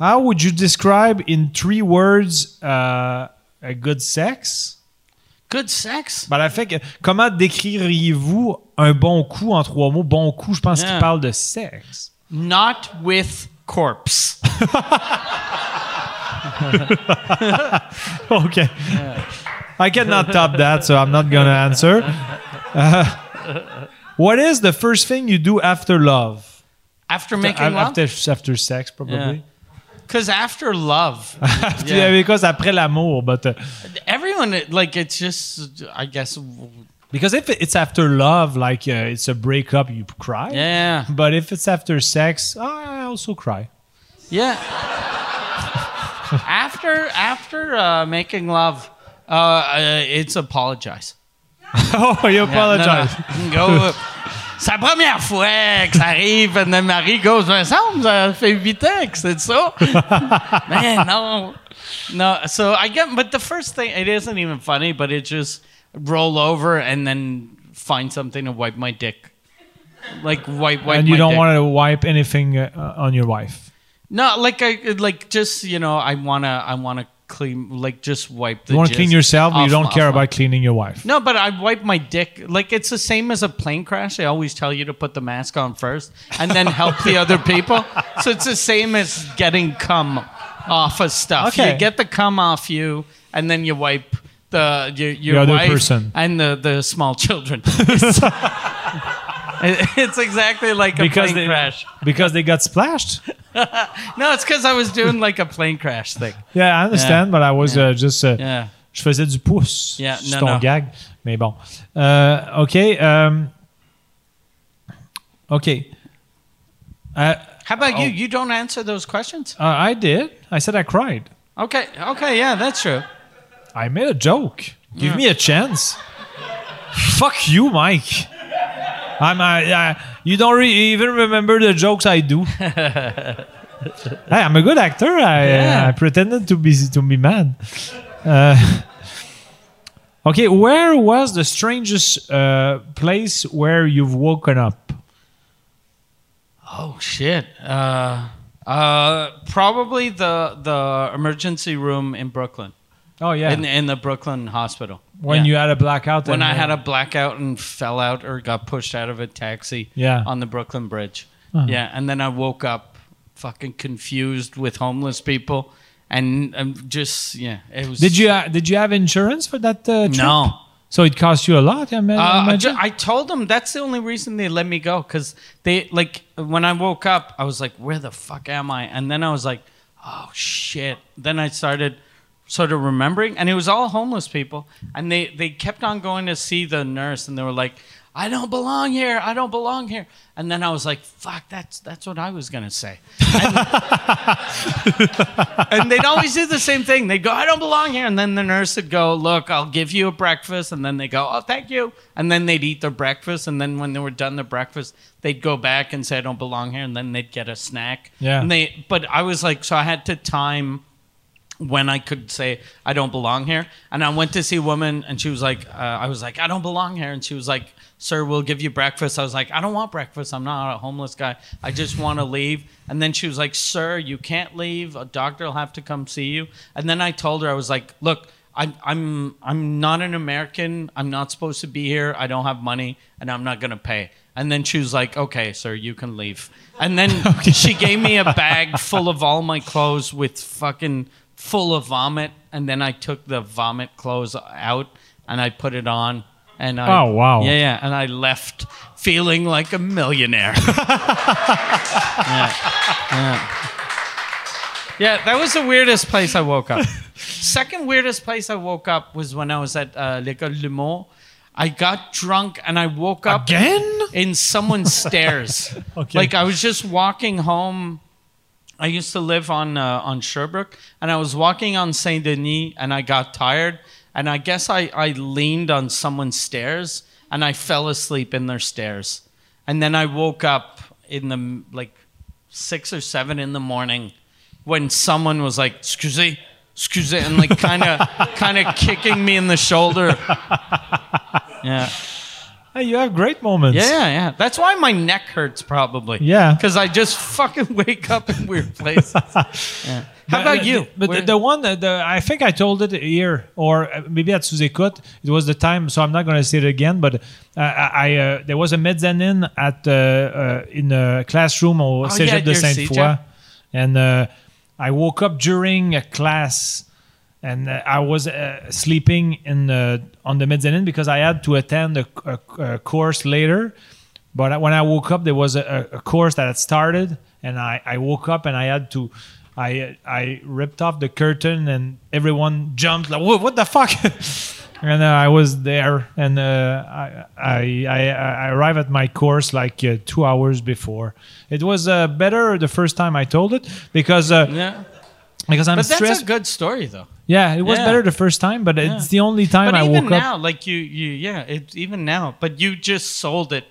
how would you describe in three words uh, a good sex? Good sex? Ben, la fait que, comment décririez-vous un bon coup en trois mots? Bon coup, je pense Yeah. qu'il parle de sexe. Not with corpse. OK. I cannot top that, so I'm not going to answer. Uh, what is the first thing you do after love? After making A- love? after, after sex, probably. Because after love, After, Yeah. Because après l'amour, but... uh, everyone, like, it's just, I guess, because if it's after love, like uh, it's a breakup, you cry. yeah. But if it's after sex, I also cry. Yeah. after after uh, making love, uh, uh, it's apologize. oh, you Yeah, no, no. apologize. Go. uh, C'est la première fois que ça arrive, and then Marie goes, me semble, ça fait huit ans que c'est ça. Man, no. No, so I get, but the first thing, it isn't even funny, but it just roll over and then find something to wipe my dick. Like, wipe, wipe and you my don't dick. want to wipe anything uh, on your wife. No, like I like just you know I wanna I wanna clean like just wipe the. You want to jizz clean yourself, but you off don't my- care off my- about cleaning your wife. No, but I wipe my dick. Like it's the same as a plane crash. They always tell you to put the mask on first and then help the other people. So it's the same as getting cum off of stuff. Okay. You get the cum off you, and then you wipe the your, your The other wife person. and the the small children. it's exactly like a Because plane they- crash. Because they got splashed. No, it's because I was doing like a plane crash thing. Yeah, I understand, but I was uh, just. Uh, Yeah. Je faisais du pouce. Yeah, sur no, ton no. gag. Mais bon. Euh, OK. um, OK. Uh, How about you? You don't answer those questions? uh, I did. I said I cried. Okay, okay, yeah, that's true. I made a joke. Give me a chance. Fuck you, Mike. I'm. I, I, you don't re- even remember the jokes I do. hey, I'm a good actor. I, Yeah. uh, I pretended to be to be mad. Uh, okay, where was the strangest uh, place where you've woken up? Oh shit. Uh, uh, probably the the emergency room in Brooklyn, Oh yeah, in in the Brooklyn hospital. when Yeah. you had a blackout. when and, I uh, had a blackout and fell out or got pushed out of a taxi. Yeah. on the Brooklyn Bridge. Uh-huh. Yeah, and then I woke up fucking confused with homeless people, and um, just yeah, it was. Did you uh, did you have insurance for that? Uh, trip? No. So it cost you a lot. I ma- Uh, I, imagine. ju- I told them that's the only reason they let me go because they like when I woke up, I was like, "Where the fuck am I?" And then I was like, "Oh shit!" Then I started sort of remembering, and it was all homeless people, and they they kept on going to see the nurse, and they were like, "I don't belong here. I don't belong here." And then I was like, "Fuck, that's that's what I was gonna say." and they'd always do the same thing. They'd go, I don't belong here. And then the nurse would go, Look, I'll give you a breakfast. And then they go, Oh, thank you. And then they'd eat their breakfast. And then when they were done their breakfast, they'd go back and say, I don't belong here. And then they'd get a snack. Yeah. And they, but I was like, So I had to time when I could say I don't belong here. And I went to see a woman, and she was like, uh, I was like, I don't belong here, and she was like, Sir, we'll give you breakfast. I was like, I don't want breakfast. I'm not a homeless guy. I just want to leave. And then she was like, Sir, you can't leave. A doctor will have to come see you. And then I told her, I was like, Look. I'm I'm I'm not an American. I'm not supposed to be here. I don't have money, and I'm not gonna pay. And then she was like, "Okay, sir, you can leave." And then she gave me a bag full of all my clothes with fucking full of vomit, and then I took the vomit clothes out and I put it on. And I, Oh, wow. Yeah, yeah, and I left feeling like a millionaire. yeah, yeah. Yeah, that was the weirdest place I woke up. Second weirdest place I woke up was when I was at uh, L'École du Mont. I got drunk and I woke up Again? in someone's stairs. Okay. Like I was just walking home. I used to live on uh, on Sherbrooke, and I was walking on Saint Denis, and I got tired, and I guess I I leaned on someone's stairs, and I fell asleep in their stairs, and then I woke up in the m- like six or seven in the morning when someone was like, "Excuse, excuse," and like kind of kind of kicking me in the shoulder. Yeah, Hey, you have great moments. yeah, yeah, yeah. That's why my neck hurts probably. Yeah. because I just fucking wake up in weird places. Yeah. How But, about uh, you? the- But the, Where- the one, that the, I think I told it here, or uh, maybe at Suzekut. It was the time, so I'm not going to say it again. But uh, I, I uh, there was a mezzanine at uh, uh, in a classroom or yeah, Cégep at de your Sainte Foy, Cégep. and uh, I woke up during a class, and uh, I was uh, sleeping in uh, on the mezzanine because I had to attend a, a- a course later. But I- when I woke up, there was a, a a course that had started, and I, I woke up and I had to, I I ripped off the curtain and everyone jumped like, "Whoa, what the fuck? and uh, I was there, and uh, I, I I I arrived at my course like uh, two hours before. It was uh, better the first time I told it because uh, yeah. because I'm But that's stressed. a good story though. yeah, it was Yeah. better the first time, but it's the only time But I even woke up. now, like you, you, yeah, it, even now. But you just sold it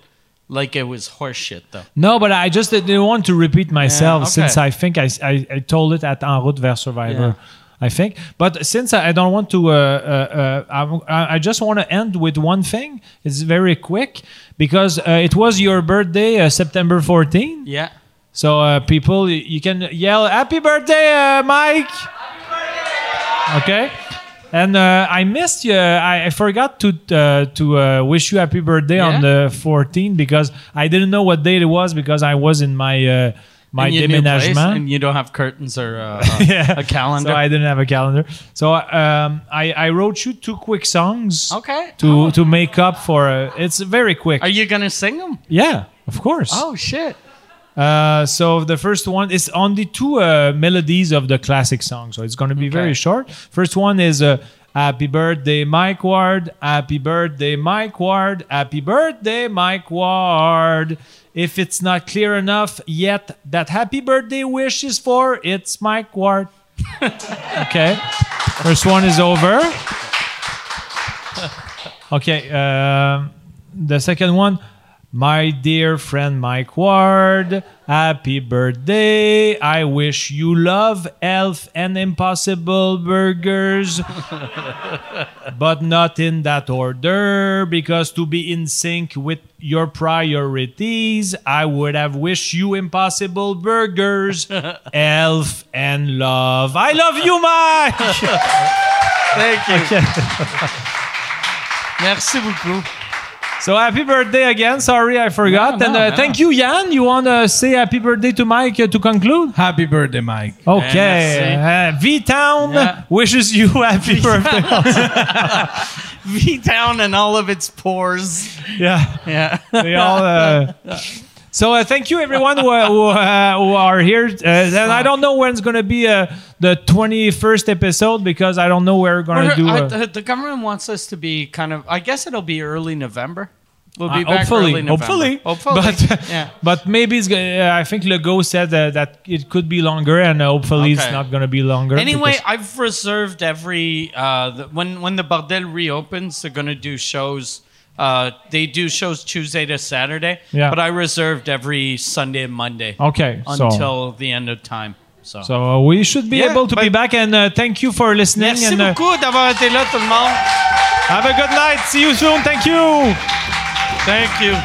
like it was horseshit, though. No, but I just didn't want to repeat myself okay. since I think I, I, I told it at En route vers Survivor. I think, but since I I don't want to, uh, uh, uh, I, I just want to end with one thing. It's very quick because uh, it was your birthday, uh, September 14. Yeah. So uh, people, y- you can yell "Happy birthday, uh, Mike!" Okay. And uh, I missed you. I, I forgot to uh, to uh, wish you happy birthday Yeah? on the 14 because I didn't know what date it was because I was in my uh, my In your new place, déménagement. and you don't have curtains or uh, uh, Yeah. a calendar. So I didn't have a calendar. So um, I I wrote you two quick songs okay. Oh. to to make up for. Uh, it's very quick. Are you gonna sing them? yeah, of course. Oh shit! Uh, so the first one is on the two uh, melodies of the classic song, so it's going to be very short. First one is uh, "Happy Birthday, Mike Ward." Happy birthday, Mike Ward. Happy birthday, Mike Ward. If it's not clear enough yet, that happy birthday wish is for it's Mike Ward. okay, first one is over. Okay, um, the second one. My dear friend Mike Ward, happy birthday. I wish you love Elf and Impossible Burgers, but not in that order, because to be in sync with your priorities, I would have wished you Impossible Burgers, Elf, and Love. I love you, Mike! Thank you. Merci beaucoup. So happy birthday again. Sorry, I forgot. No, and no, uh, no. thank you, Jan. You want to say happy birthday to Mike uh, to conclude? Happy birthday, Mike. Okay. Uh, v Town Yeah. wishes you happy birthday. V Town and all of its pores. yeah. Yeah. They all. Uh, So uh, thank you everyone who, uh, who, uh, who are here, uh, and I don't know when it's gonna be uh, the twenty first episode because I don't know where we're gonna We're- do. I- Uh, the, the government wants us to be kind of. I guess it'll be early November. We'll be Uh, back hopefully, early November. hopefully, Hopefully. But uh, yeah. but maybe it's. gonna- Uh, I think Lego said uh, that it could be longer, and uh, hopefully it's Okay. not gonna be longer. Anyway, because- I've reserved every uh, the, when when the Bordel reopens, they're gonna do shows. Uh, they do shows Tuesday to Saturday. Yeah. But I reserved every Sunday and Monday okay, so- until the end of time. So. So uh, we should be Yeah, able to be but- back. And uh, thank you for listening. Merci and uh, beaucoup d'avoir été là, tout le monde. have a good night. See you soon. Thank you. Thank you.